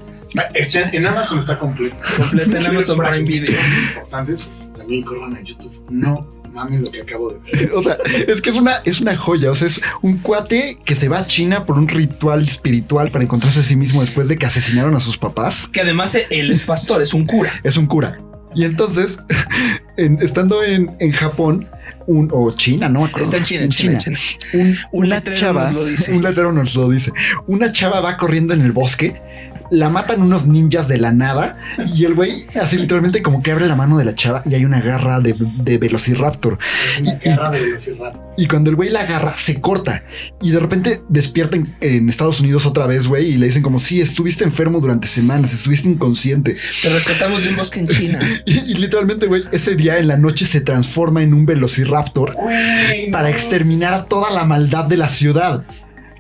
Speaker 6: Está- este, en Amazon está completo.
Speaker 5: Completa en
Speaker 6: Sí,
Speaker 5: Amazon
Speaker 6: fragmentos
Speaker 5: Prime Video.
Speaker 6: importantes. También corran a YouTube. No mamen lo que acabo de ver.
Speaker 4: O sea, es que es una, es una joya. O sea, es un cuate que se va a China por un ritual espiritual para encontrarse a sí mismo después de que asesinaron a sus papás.
Speaker 5: Que además él es pastor, es un cura.
Speaker 4: Es un cura. Y entonces, en- estando en, en Japón, un, o China, no me acuerdo.
Speaker 5: Está en China, en China, en China.
Speaker 4: un-
Speaker 5: Un
Speaker 4: una
Speaker 5: letrero
Speaker 4: chava,
Speaker 5: nos lo dice.
Speaker 4: un letrero nos lo dice. Una chava va corriendo en el bosque, la matan unos ninjas de la nada y el güey así literalmente como que abre la mano de la chava y hay una garra de, de velociraptor.
Speaker 6: Es una guerra de velociraptor.
Speaker 4: Y cuando el güey la agarra, se corta. Y de repente despierta en, en Estados Unidos otra vez, güey, y le dicen como, sí, estuviste enfermo durante semanas, estuviste inconsciente.
Speaker 5: Te rescatamos de un bosque en China.
Speaker 4: Y, y literalmente, güey, ese día en la noche se transforma en un velociraptor
Speaker 6: Güey,
Speaker 4: para
Speaker 6: no.
Speaker 4: exterminar a toda la maldad de la ciudad.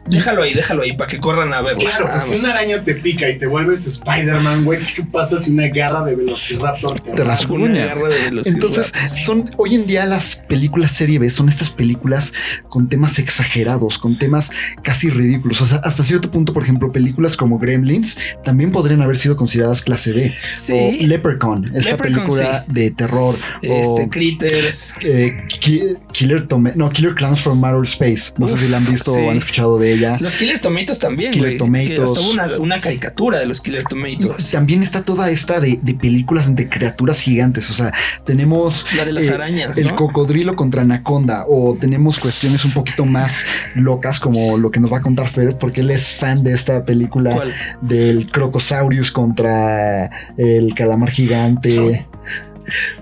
Speaker 5: Déjalo ahí, déjalo ahí para que corran pues, a verlo.
Speaker 6: Claro, pues,
Speaker 5: Vamos.
Speaker 6: si una araña te pica y te vuelves Spider-Man, güey, ¿qué pasa si una garra de velociraptor te
Speaker 4: Te
Speaker 6: rasca?
Speaker 5: Una
Speaker 4: rasguña.
Speaker 5: garra de los
Speaker 4: Entonces, son hoy en día las películas serie B, son estas películas con temas exagerados, con temas casi ridículos. O sea, hasta cierto punto, por ejemplo, películas como Gremlins también podrían haber sido consideradas clase B. O
Speaker 5: sí,
Speaker 4: Leprechaun, esta
Speaker 5: Leprechaun,
Speaker 4: película de terror.
Speaker 5: este,
Speaker 4: o
Speaker 5: critters.
Speaker 4: eh, Ki- Killer Tome- no, Killer Clowns from Outer Space. No
Speaker 5: Uf,
Speaker 4: sé si la han visto
Speaker 5: sí.
Speaker 4: o han escuchado de ella.
Speaker 5: Los Killer Tomatoes también,
Speaker 4: Killer
Speaker 5: güey. que
Speaker 4: Tomatoes.
Speaker 5: hasta hubo una, una caricatura de los Killer
Speaker 4: Y
Speaker 5: Tomatoes.
Speaker 4: también está toda esta de, de películas de criaturas gigantes. O sea, tenemos
Speaker 5: La de las
Speaker 4: eh,
Speaker 5: arañas,
Speaker 4: el
Speaker 5: Pues, ¿no?
Speaker 4: cocodrilo contra Anaconda. O tenemos cuestiones un poquito más locas, como lo que nos va a contar Fred, porque él es fan de esta película
Speaker 5: ¿Cuál?
Speaker 4: del Crocosaurus contra el calamar gigante.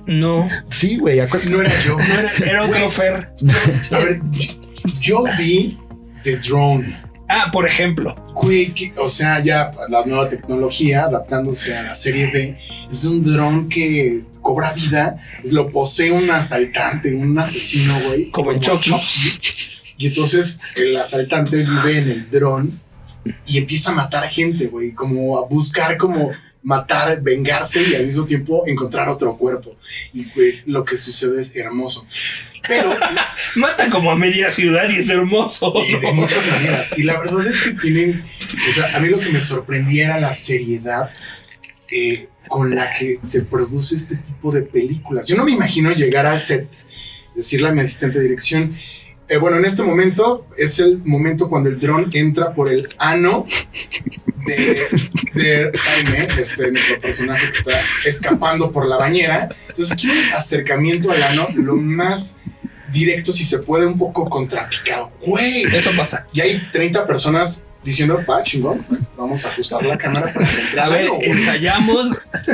Speaker 5: No,
Speaker 4: Sí, güey. acuérdate.
Speaker 6: No era yo.
Speaker 5: no era, era otro Fer.
Speaker 6: A ver, yo vi The Drone.
Speaker 5: Ah, por ejemplo,
Speaker 6: Güey, que- o sea, ya la nueva tecnología adaptándose a la serie B es un dron que cobra vida, lo posee un asaltante, un asesino, güey.
Speaker 5: Como en Chucky.
Speaker 6: Y entonces el asaltante vive en el dron y empieza a matar gente, güey, como a buscar como matar, vengarse y al mismo tiempo encontrar otro cuerpo. Y güey, lo que sucede es hermoso. Pero
Speaker 5: mata como a media ciudad y es hermoso.
Speaker 6: y de muchas maneras. Y la verdad es que tienen, o sea, a mí lo que me sorprendía era la seriedad eh, con la que se produce este tipo de películas. Yo no me imagino llegar al set, decirle a mi asistente de dirección, eh, bueno, en este momento es el momento cuando el dron entra por el ano de, de Jaime, este, nuestro personaje que está escapando por la bañera. Entonces, quiero un acercamiento al ano lo más directo, si se puede, un poco contrapicado. ¡Güey!
Speaker 5: Eso pasa.
Speaker 6: Y hay 30 personas diciendo, va, chingón, pues, vamos a ajustar la cámara para que entre
Speaker 5: A
Speaker 6: al
Speaker 5: ver,
Speaker 6: ano, güey".
Speaker 5: ensayamos.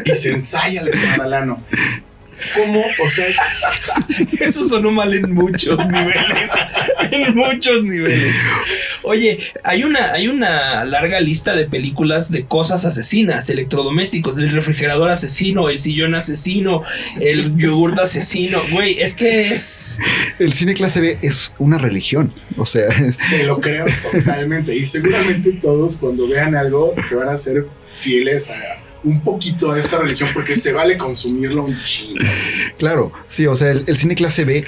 Speaker 6: Y se ensaya el catalano. ¿Cómo? O sea,
Speaker 5: Eso sonó mal en muchos niveles. En muchos niveles. Oye, hay una, hay una larga lista de películas de cosas asesinas, electrodomésticos, el refrigerador asesino, el sillón asesino, el yogurt asesino. Güey, es que es.
Speaker 4: El cine clase B es una religión. O sea, es-
Speaker 6: te lo creo totalmente. Y seguramente todos cuando vean algo se van a ser fieles a un poquito a esta religión porque se vale consumirlo un chingo.
Speaker 4: claro, sí, o sea, el, el cine clase B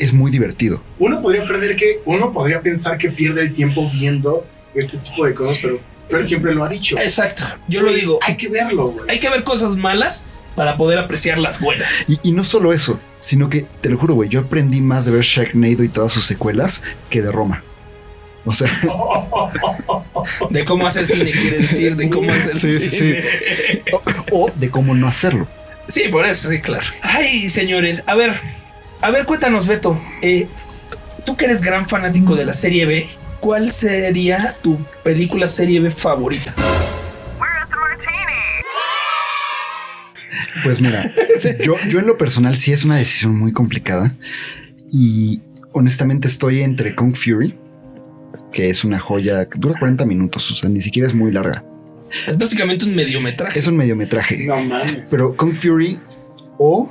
Speaker 4: es muy divertido.
Speaker 6: Uno podría perder que, uno podría pensar que pierde el tiempo viendo este tipo de cosas, pero Fer siempre lo ha dicho.
Speaker 5: Exacto. Yo lo digo.
Speaker 6: Hay que verlo, güey.
Speaker 5: Hay que ver cosas malas para poder apreciar las buenas.
Speaker 4: Y, y no solo eso, sino que, te lo juro, güey, yo aprendí más de ver Sharknado y todas sus secuelas que de Roma. O sea,
Speaker 5: De cómo hacer cine, quiere decir, de cómo hacer
Speaker 4: Sí, sí,
Speaker 5: cine.
Speaker 4: o, o de cómo no hacerlo.
Speaker 5: Sí, por eso, sí, claro. Ay, señores, a ver, a ver, cuéntanos, Beto. eh, tú que eres gran fanático de la serie B, ¿cuál sería tu película serie B favorita?
Speaker 4: Pues mira, yo, yo en lo personal sí es una decisión muy complicada. Y honestamente estoy entre Kung Fury, que es una joya, que dura 40 minutos, o sea, ni siquiera es muy larga.
Speaker 5: Es básicamente un mediometraje.
Speaker 4: Es un mediometraje.
Speaker 6: No mames.
Speaker 4: Pero Kung Fury o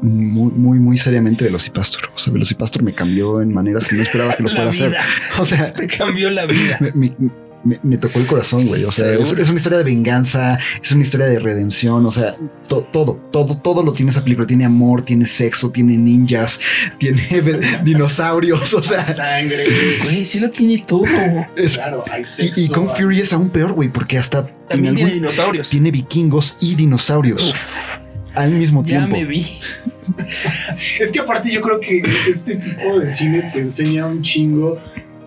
Speaker 4: muy, muy, muy seriamente Velocipastor. O sea, Velocipastor me cambió en maneras que no esperaba que lo
Speaker 5: La
Speaker 4: fuera a hacer.
Speaker 5: vida.
Speaker 4: O sea,
Speaker 5: Te cambió la vida.
Speaker 4: me, me- me- me tocó el corazón, güey. O sea, es, es una historia de venganza, es una historia de redención. O sea, to- todo, todo, todo lo tiene esa película. Tiene amor, tiene sexo, tiene ninjas, tiene ve- dinosaurios. O sea,
Speaker 6: Sangre.
Speaker 5: Güey, sí lo tiene todo.
Speaker 4: es-
Speaker 6: Claro, hay sexo.
Speaker 4: y, y Kung Fury es aún peor, güey, porque hasta en
Speaker 5: También tiene
Speaker 4: algún-
Speaker 5: dinosaurios.
Speaker 4: tiene vikingos y dinosaurios
Speaker 5: Uf,
Speaker 4: al mismo
Speaker 5: ya
Speaker 4: tiempo.
Speaker 5: me vi.
Speaker 6: Es que aparte yo creo que este tipo de cine te enseña un chingo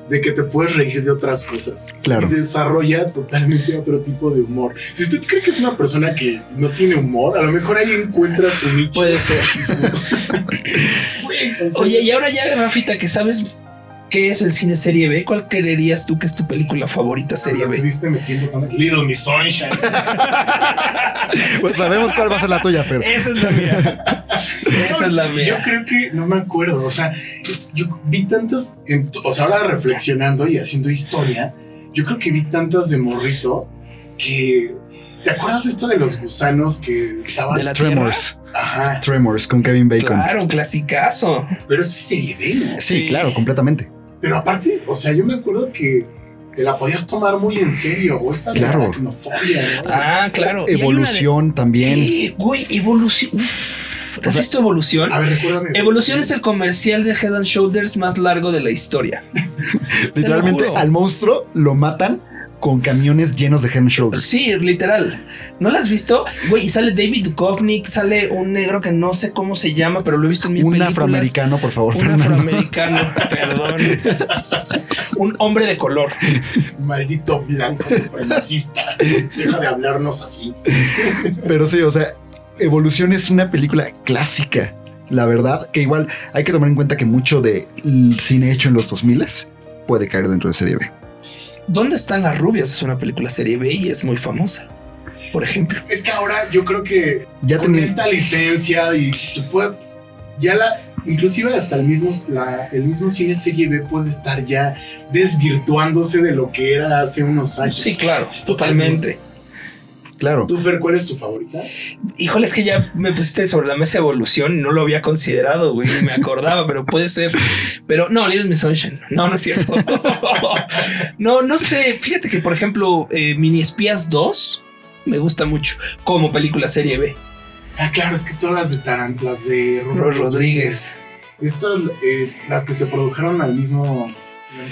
Speaker 6: de que te puedes reír de otras cosas.
Speaker 4: Claro.
Speaker 6: Y desarrolla totalmente otro tipo de humor. Si usted cree que es una persona que no tiene humor, a lo mejor ahí encuentra su nicho.
Speaker 5: Puede ser.
Speaker 6: y su- Güey, o sea,
Speaker 5: Oye, y ahora ya, Rafita, que sabes qué es el cine serie B, ¿cuál creerías tú que es tu película favorita serie
Speaker 6: lo
Speaker 5: B?
Speaker 6: estuviste metiendo con Little Miss Sunshine.
Speaker 4: Pues sabemos cuál va a ser la tuya, Fer.
Speaker 5: Esa es la mía. Esa es la
Speaker 6: Yo
Speaker 5: mía.
Speaker 6: creo que no me acuerdo. O sea, yo vi tantas. en- o sea, ahora reflexionando y haciendo historia, yo creo que vi tantas de morrito que. ¿Te acuerdas esta de los gusanos que estaban?
Speaker 5: De la
Speaker 4: Tremors.
Speaker 6: Ajá.
Speaker 4: Tremors con Kevin Bacon.
Speaker 5: Claro, un clasicazo.
Speaker 6: Pero ese serie B, ¿no?
Speaker 4: Sí,
Speaker 5: Sí.
Speaker 4: claro, completamente.
Speaker 6: Pero aparte, o sea, yo me acuerdo que te la podías tomar muy en serio. O esta de
Speaker 4: Claro.
Speaker 6: la aracnofobia, ¿no?
Speaker 5: Ah, claro. Y hay una de-
Speaker 4: Evolución también.
Speaker 5: Sí, Güey, evolución. Uf,
Speaker 4: O
Speaker 5: ¿Has
Speaker 4: sea-
Speaker 5: visto evolución?
Speaker 6: A ver, recuérdame.
Speaker 5: Evolución es el comercial de Head and Shoulders más largo de la historia.
Speaker 4: Literalmente
Speaker 5: juro.
Speaker 4: al monstruo lo matan con camiones llenos de head and shoulders.
Speaker 5: Sí, literal. ¿No la has visto? Güey, y sale David Duchovny, sale un negro que no sé cómo se llama, pero lo he visto en mil
Speaker 4: Un
Speaker 5: películas.
Speaker 4: afroamericano, por favor,
Speaker 5: Un
Speaker 4: Fernando.
Speaker 5: afroamericano, perdón. Un hombre de color.
Speaker 6: Maldito blanco supremacista. Deja de hablarnos así.
Speaker 4: Pero sí, o sea, Evolución es una película clásica. La verdad, que igual hay que tomar en cuenta que mucho de l- cine hecho en los 2000 puede caer dentro de serie B.
Speaker 5: ¿Dónde están las rubias? Es una película serie B y es muy famosa. Por ejemplo.
Speaker 6: Es que ahora yo creo que
Speaker 4: Ya
Speaker 6: con
Speaker 4: tenés
Speaker 6: esta licencia y tú puede- ya la inclusive hasta el mismo la- el mismo cine serie B puede estar ya desvirtuándose de lo que era hace unos años.
Speaker 5: Sí, claro, totalmente.
Speaker 4: claro.
Speaker 6: ¿Tú, Fer, cuál es tu favorita?
Speaker 5: Híjole, es que ya me pusiste sobre la mesa evolución y no lo había considerado, güey. Me acordaba, pero puede ser. Pero no, Little Miss Sunshine. No, no es cierto. no, no sé. Fíjate que, por ejemplo, eh, Mini Espías 2 me gusta mucho como película serie B.
Speaker 6: Ah, claro, es que todas las de Tarant, las de Robert
Speaker 5: Robert Rodríguez,
Speaker 6: Estas, eh, las que se produjeron al mismo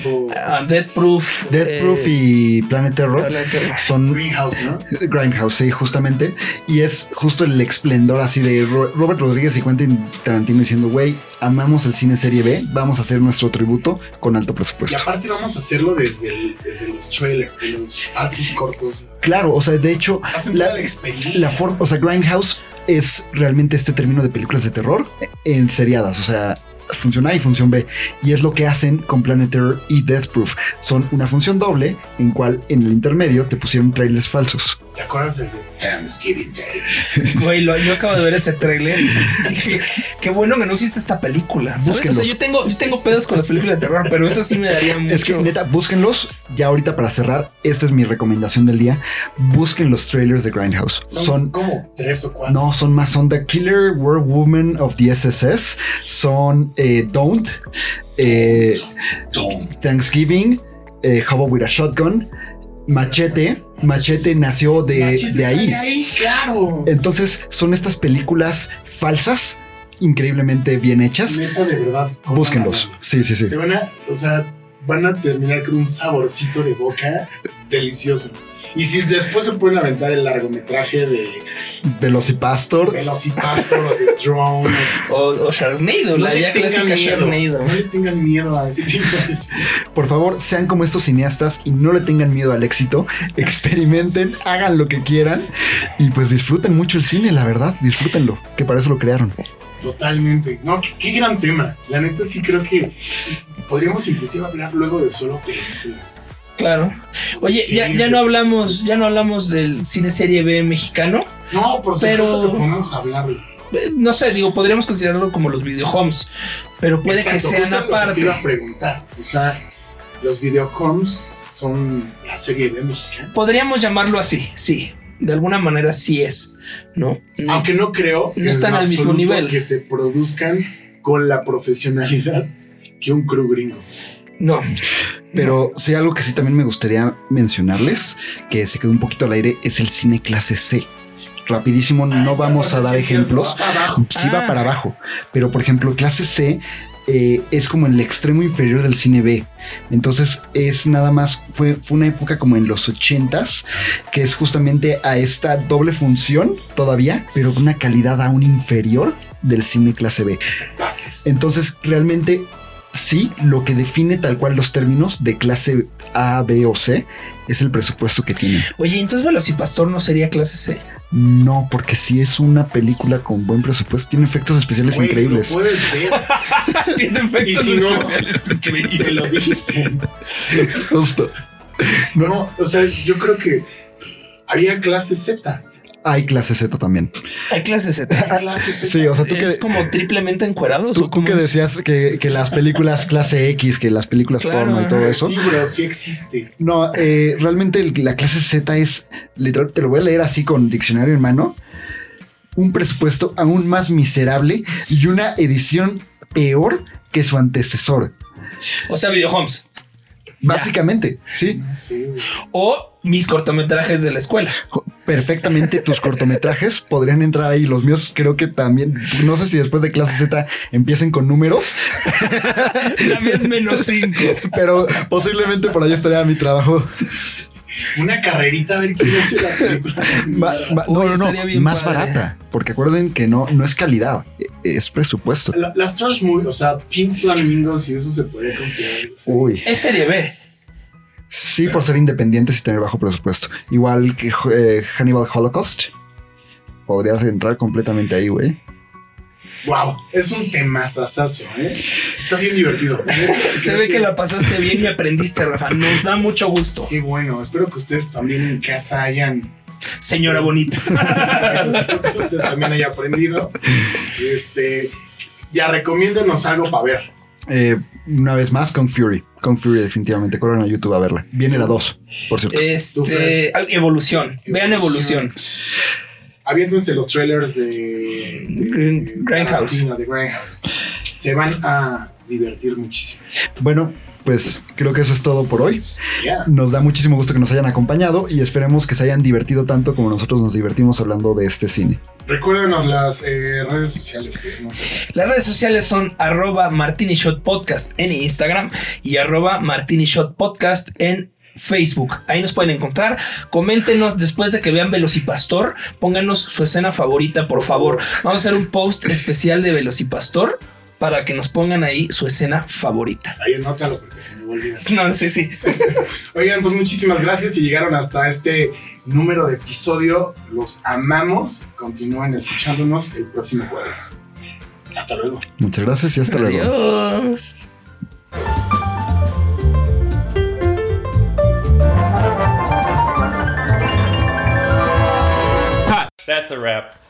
Speaker 6: tiempo.
Speaker 5: ah, Dead Proof.
Speaker 4: Death Proof y Planet Terror
Speaker 5: eh, Planet Terror.
Speaker 4: son
Speaker 6: Greenhouse, ¿no?
Speaker 4: Grindhouse, sí, justamente. Y es justo el esplendor así de Ro- Robert Rodríguez y Quentin Tarantino diciendo, güey, amamos el cine serie B, vamos a hacer nuestro tributo con alto
Speaker 6: Y
Speaker 4: presupuesto.
Speaker 6: aparte vamos a hacerlo desde, el- desde los trailers, de los falsos cortos.
Speaker 4: Claro, o sea, de hecho,
Speaker 6: Hacen
Speaker 4: La-
Speaker 6: toda la experiencia.
Speaker 4: la forma, o sea, Grindhouse es realmente este término de películas de terror en seriadas, o sea, función A y función B. Y es lo que hacen con Planet Terror y Death Proof. Son una función doble en cual en el intermedio te pusieron trailers falsos.
Speaker 6: ¿Te acuerdas del de Thanksgiving Day?
Speaker 5: Güey, lo- yo acabo de ver ese tráiler. y dije, Qué bueno que no existe esta película. ¿sabes? O sea,
Speaker 4: Búsquenlos.
Speaker 5: yo tengo, yo tengo pedos con las películas de terror, pero esa sí me daría mucho.
Speaker 4: Es que neta, búsquenlos. Ya ahorita para cerrar, esta es mi recomendación del día. Busquen los trailers de Grindhouse.
Speaker 6: Son,
Speaker 4: Son
Speaker 6: como tres o cuatro.
Speaker 4: no, son más, son The Killer War Woman of the SSS, son eh, Don't, eh, Thanksgiving, eh, Hobo with a Shotgun, Machete. Machete nació de,
Speaker 6: Machete
Speaker 4: de ahí.
Speaker 6: Ah, sale ahí, claro.
Speaker 4: Entonces, son estas películas falsas, increíblemente bien hechas.
Speaker 6: Neta, de verdad. cómo
Speaker 4: Búsquenlos.
Speaker 6: la-
Speaker 4: Sí, sí, sí.
Speaker 6: Se van a, o sea, van a terminar con un saborcito de boca delicioso. Y si después se pueden aventar el largometraje de
Speaker 4: Velocipastor.
Speaker 6: Velocipastor o de Drone,
Speaker 5: O, o Sharknado, la ya clásica
Speaker 6: miedo.
Speaker 5: Sharknado.
Speaker 6: No le tengan miedo a ese tipo de cine.
Speaker 4: Por favor, sean como estos cineastas y no le tengan miedo al éxito. Experimenten, hagan lo que quieran y pues disfruten mucho el cine, la verdad. Disfrútenlo, que para eso lo crearon.
Speaker 6: Totalmente. No, qué, qué gran tema. La neta sí creo que podríamos inclusive hablar luego de solo películas.
Speaker 5: Claro. Oye, ya, ya no hablamos, ya no hablamos del cine serie B mexicano.
Speaker 6: No, por
Speaker 5: Pero-
Speaker 6: supuesto que podemos hablarlo.
Speaker 5: Eh, No sé, digo, podríamos considerarlo como los videohomes, pero puede
Speaker 6: Exacto,
Speaker 5: que sean
Speaker 6: justo lo Te
Speaker 5: aparte.
Speaker 6: iba a preguntar. O sea, los videocoms son la serie B mexicana.
Speaker 5: Podríamos llamarlo así, sí. De alguna manera sí es, ¿no?
Speaker 6: Aunque no creo
Speaker 5: No
Speaker 6: en
Speaker 5: están
Speaker 6: lo
Speaker 5: al mismo
Speaker 6: absoluto
Speaker 5: nivel.
Speaker 6: que se produzcan con la profesionalidad que un crew gringo.
Speaker 5: No.
Speaker 4: Pero sí, algo que sí también me gustaría mencionarles, que se quedó un poquito al aire, es el cine clase C. Rapidísimo,
Speaker 6: Ah,
Speaker 4: no vamos a dar ejemplos. Sí va
Speaker 5: Ah.
Speaker 4: para abajo. Pero por ejemplo, clase C eh, es como el extremo inferior del cine B. Entonces es nada más, fue, fue una época como en los 80s, que es justamente a esta doble función todavía, pero con una calidad aún inferior del cine clase B.
Speaker 6: Taces.
Speaker 4: Entonces, realmente, sí, lo que define tal cual los términos de clase A, B o C es el presupuesto que tiene.
Speaker 5: Oye, entonces Velocipastor no sería clase C.
Speaker 4: No, porque si es una película con buen presupuesto, tiene efectos especiales
Speaker 6: Güey,
Speaker 4: increíbles.
Speaker 6: Lo puedes ver.
Speaker 5: Tiene
Speaker 6: Y
Speaker 5: efectos
Speaker 6: si no,
Speaker 5: especiales
Speaker 6: te lo
Speaker 5: increíbles.
Speaker 6: dicen.
Speaker 4: Justo.
Speaker 6: No, o sea, yo creo que había clase Z.
Speaker 4: Hay clase Z también.
Speaker 5: Hay clase Z.
Speaker 6: Había clase Z.
Speaker 4: Sí, o sea, tú
Speaker 5: Es
Speaker 4: que,
Speaker 5: como triplemente encuerados.
Speaker 4: tú-
Speaker 5: o
Speaker 4: tú
Speaker 5: cómo
Speaker 4: que
Speaker 5: es?
Speaker 4: decías que, que las películas clase X, que las películas
Speaker 5: Claro.
Speaker 4: porno y todo eso.
Speaker 6: Sí, pero sí existe.
Speaker 4: No, eh, realmente el- la clase Z es, literal, te lo voy a leer así con diccionario en mano, un presupuesto aún más miserable y una edición peor que su antecesor.
Speaker 5: O sea, videohomes.
Speaker 4: Básicamente, sí,
Speaker 6: Sí, güey.
Speaker 5: O mis cortometrajes de la escuela.
Speaker 4: jo- perfectamente tus cortometrajes podrían entrar ahí, los míos creo que también, no sé si después de clase Z empiecen con números,
Speaker 5: La mía es menos 5.
Speaker 4: pero posiblemente por ahí estaría mi trabajo.
Speaker 6: Una carrerita a ver quién hace la película.
Speaker 4: Ma- ma- no,
Speaker 5: Oye,
Speaker 4: no,
Speaker 5: estaría
Speaker 4: no,
Speaker 5: bien
Speaker 4: más
Speaker 5: padre.
Speaker 4: barata, porque recuerden que no, no es calidad, e- es presupuesto.
Speaker 6: La- las trash movies, o sea, Pink Flamingos y eso se podría considerar. sí.
Speaker 4: Uy.
Speaker 5: Es serie B.
Speaker 4: Sí, por ser independientes y tener bajo presupuesto. Igual que eh, Hannibal Holocaust. Podrías entrar completamente ahí, güey.
Speaker 6: Wow, es un temazazazo, ¿eh? Está bien divertido.
Speaker 5: Se ve que la pasaste bien y aprendiste, Rafa. Nos da mucho gusto.
Speaker 6: Qué bueno, espero que ustedes también en casa hayan.
Speaker 5: Señora bonita.
Speaker 6: espero que usted también haya aprendido. Este. Ya recomiéndenos algo para ver.
Speaker 4: Eh, una vez más, con Fury. Con Fury, definitivamente. Corran a YouTube a verla. Viene la 2, por cierto.
Speaker 5: Este, ah, evolución. Vean evolución.
Speaker 6: Aviéntense los trailers de. de-
Speaker 5: Green-
Speaker 6: de
Speaker 5: Grindhouse.
Speaker 6: Tarantino, de Grindhouse. Se van a divertir muchísimo.
Speaker 4: Bueno, pues creo que eso es todo por hoy.
Speaker 6: Ya.
Speaker 4: Nos da muchísimo gusto que nos hayan acompañado y esperemos que se hayan divertido tanto como nosotros nos divertimos hablando de este cine.
Speaker 6: Recuérdenos las eh, redes sociales que no sé si-
Speaker 5: Las redes sociales son arroba Martini Shot Podcast en Instagram y arroba Martini Shot Podcast en Facebook. Ahí nos pueden encontrar. Coméntenos después de que vean Velocipastor. Pónganos su escena favorita, por favor. Vamos a hacer un post especial de Velocipastor para que nos pongan ahí su escena favorita.
Speaker 6: Ahí anótalo porque se me olvida.
Speaker 5: No, sí, sí.
Speaker 6: Oigan, pues muchísimas gracias si llegaron hasta este número de episodio. Los amamos. Continúen escuchándonos el próximo jueves. Hasta luego.
Speaker 4: Muchas gracias y hasta luego.
Speaker 5: Adiós.
Speaker 3: That's a wrap.